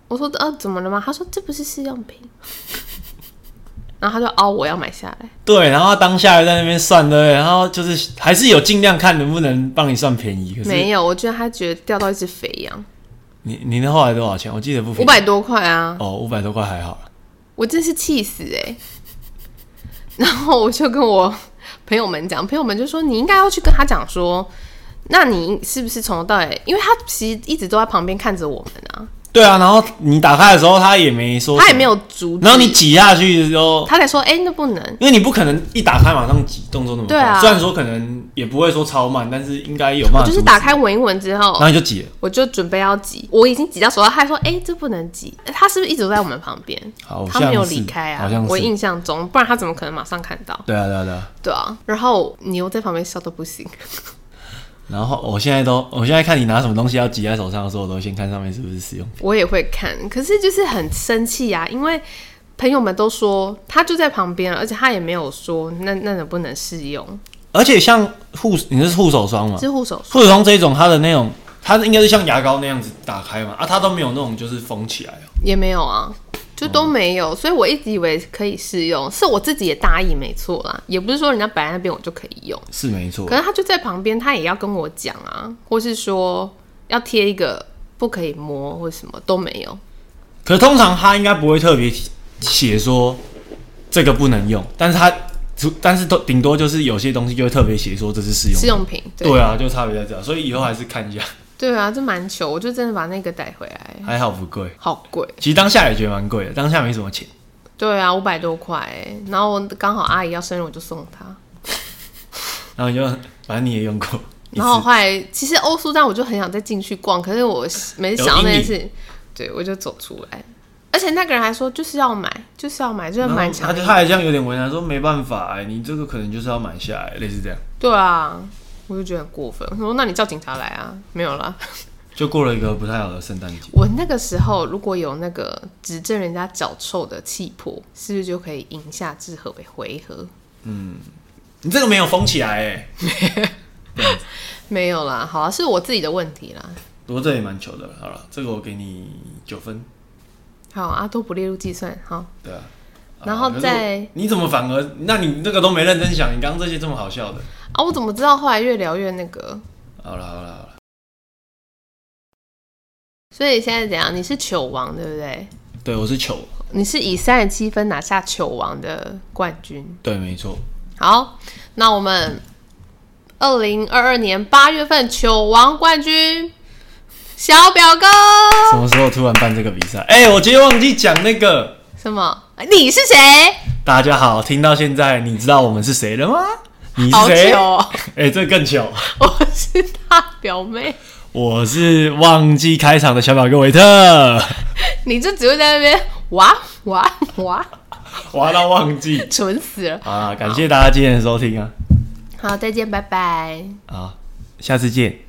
[SPEAKER 1] 我说呃怎么了吗？她说这不是试用品， 然后她就凹我要买下来，
[SPEAKER 2] 对，然后他当下在那边算，对不对？然后就是还是有尽量看能不能帮你算便宜，可是
[SPEAKER 1] 没有，我觉得她觉得掉到一只肥羊，
[SPEAKER 2] 你你那后来多少钱？我记得不便宜
[SPEAKER 1] 五百多块啊，
[SPEAKER 2] 哦，五百多块还好啦
[SPEAKER 1] 我真是气死哎、 然后我就跟我朋友们讲，朋友们就说你应该要去跟他讲说，那你是不是从头到尾，因为他其实一直都在旁边看着我们啊，
[SPEAKER 2] 对啊，然后你打开的时候他也没说，
[SPEAKER 1] 他也没，有阻止，
[SPEAKER 2] 然后你啊挤下去的时候，
[SPEAKER 1] 他才说哎、那不能，
[SPEAKER 2] 因为你不可能一打开马上挤，动作那么快，
[SPEAKER 1] 对啊
[SPEAKER 2] 虽然说可能也不会说超慢，但是应该有
[SPEAKER 1] 我
[SPEAKER 2] 办法。
[SPEAKER 1] 就是打，开闻一闻之后
[SPEAKER 2] 然，后你就挤了。
[SPEAKER 1] 我就准备要挤，我已经挤到手了，他还说：“哎、这不能挤。”他是不是一直都在我们旁边？
[SPEAKER 2] 好
[SPEAKER 1] 他
[SPEAKER 2] 像
[SPEAKER 1] 没有
[SPEAKER 2] 是
[SPEAKER 1] 离开啊
[SPEAKER 2] 好像，是
[SPEAKER 1] 我印象中，不然他怎么可能马上看到？
[SPEAKER 2] 对啊，对啊，对啊。
[SPEAKER 1] 对啊，然后你又在旁边笑到不行，
[SPEAKER 2] 然后我现在都，我现在看你拿什么东西要挤在手上的时候，我都先看上面是不是使用。
[SPEAKER 1] 我也会看，可是就是很生气呀、啊，因为朋友们都说他就在旁边，啊而且他也没有说那那能不能试用，
[SPEAKER 2] 而且像护，你是护手霜嘛？
[SPEAKER 1] 是护手霜，
[SPEAKER 2] 护手霜这一种，它的那种，它应该是像牙膏那样子打开嘛，啊，它都没有那种就是封起来哦。
[SPEAKER 1] 也没有啊，就都没有，所以我一直以为可以试用，是我自己也大意没错啦，也不是说人家摆在那边我就可以用。
[SPEAKER 2] 是没错
[SPEAKER 1] 可，是他就在旁边，他也要跟我讲啊，或是说要贴一个不可以摸或什么都没有。
[SPEAKER 2] 可是通常它应该不会特别写说这个不能用，但是它，但是都顶多就是有些东西就会特别写说这是试用
[SPEAKER 1] 试
[SPEAKER 2] 的。
[SPEAKER 1] 用品，对
[SPEAKER 2] 对啊，就差别在这，所以以后还是看一下，
[SPEAKER 1] 对啊，这蛮糗，我就真的把那个带回来，
[SPEAKER 2] 还好不贵。
[SPEAKER 1] 好贵。
[SPEAKER 2] 其实当下也觉得蛮贵的，当下没什么钱。
[SPEAKER 1] 对啊，五百多块欸，然后我刚好阿姨要生日，我就送她。
[SPEAKER 2] 然后你就反正你也用过一
[SPEAKER 1] 然后
[SPEAKER 2] 次，
[SPEAKER 1] 后来其实欧舒丹我就很想再进去逛，可是我没想到那件事，对我就走出来。而且那个人还说就是要买，就是要买，就是
[SPEAKER 2] 然后
[SPEAKER 1] 蛮
[SPEAKER 2] 他
[SPEAKER 1] 强
[SPEAKER 2] 就
[SPEAKER 1] 硬
[SPEAKER 2] 他还这样有点为难，说没办法、哎，你这个可能就是要买下来，类似这样。
[SPEAKER 1] 对啊，我就觉得很过分。我说那你叫警察来啊，没有啦。
[SPEAKER 2] 就过了一个不太好的圣诞节。
[SPEAKER 1] 我那个时候如果有那个指正人家脚臭的气魄，是不是就可以赢下治河为回合？
[SPEAKER 2] 你这个没有封起来哎、
[SPEAKER 1] 没有啦，好啊，是我自己的问题啦。
[SPEAKER 2] 不过这也蛮糗的。好了，这个我给你九分，
[SPEAKER 1] 好啊，都不列入计算。好，
[SPEAKER 2] 对啊。
[SPEAKER 1] 然后
[SPEAKER 2] 啊可是我
[SPEAKER 1] 再
[SPEAKER 2] 你怎么反而？那你那个都没认真想，你刚刚这些这么好笑的。
[SPEAKER 1] 啊，我怎么知道后来越聊越那个？
[SPEAKER 2] 好了好了好了，
[SPEAKER 1] 所以现在怎样？你是球王对不对？
[SPEAKER 2] 对我是糗，
[SPEAKER 1] 你是以三十七分拿下球王的冠军。
[SPEAKER 2] 对，没错。
[SPEAKER 1] 好，那我们二零二二年八月份球王冠军小表哥
[SPEAKER 2] 什么时候突然办这个比赛？哎、我今天忘记讲那个。
[SPEAKER 1] 什么？哎你是谁？
[SPEAKER 2] 大家好，听到现在，你知道我们是谁了吗？你是
[SPEAKER 1] 好
[SPEAKER 2] 谁？
[SPEAKER 1] 糗
[SPEAKER 2] 哎、
[SPEAKER 1] 哦、
[SPEAKER 2] 这更糗。
[SPEAKER 1] 我是他表妹，
[SPEAKER 2] 我是忘记开场的小表哥 维特，
[SPEAKER 1] 你就只会在那边哇哇哇，
[SPEAKER 2] 玩到忘记
[SPEAKER 1] 蠢死了。
[SPEAKER 2] 啊！感谢大家今天的收听啊！
[SPEAKER 1] 好，再见，拜拜。
[SPEAKER 2] 啊，下次见。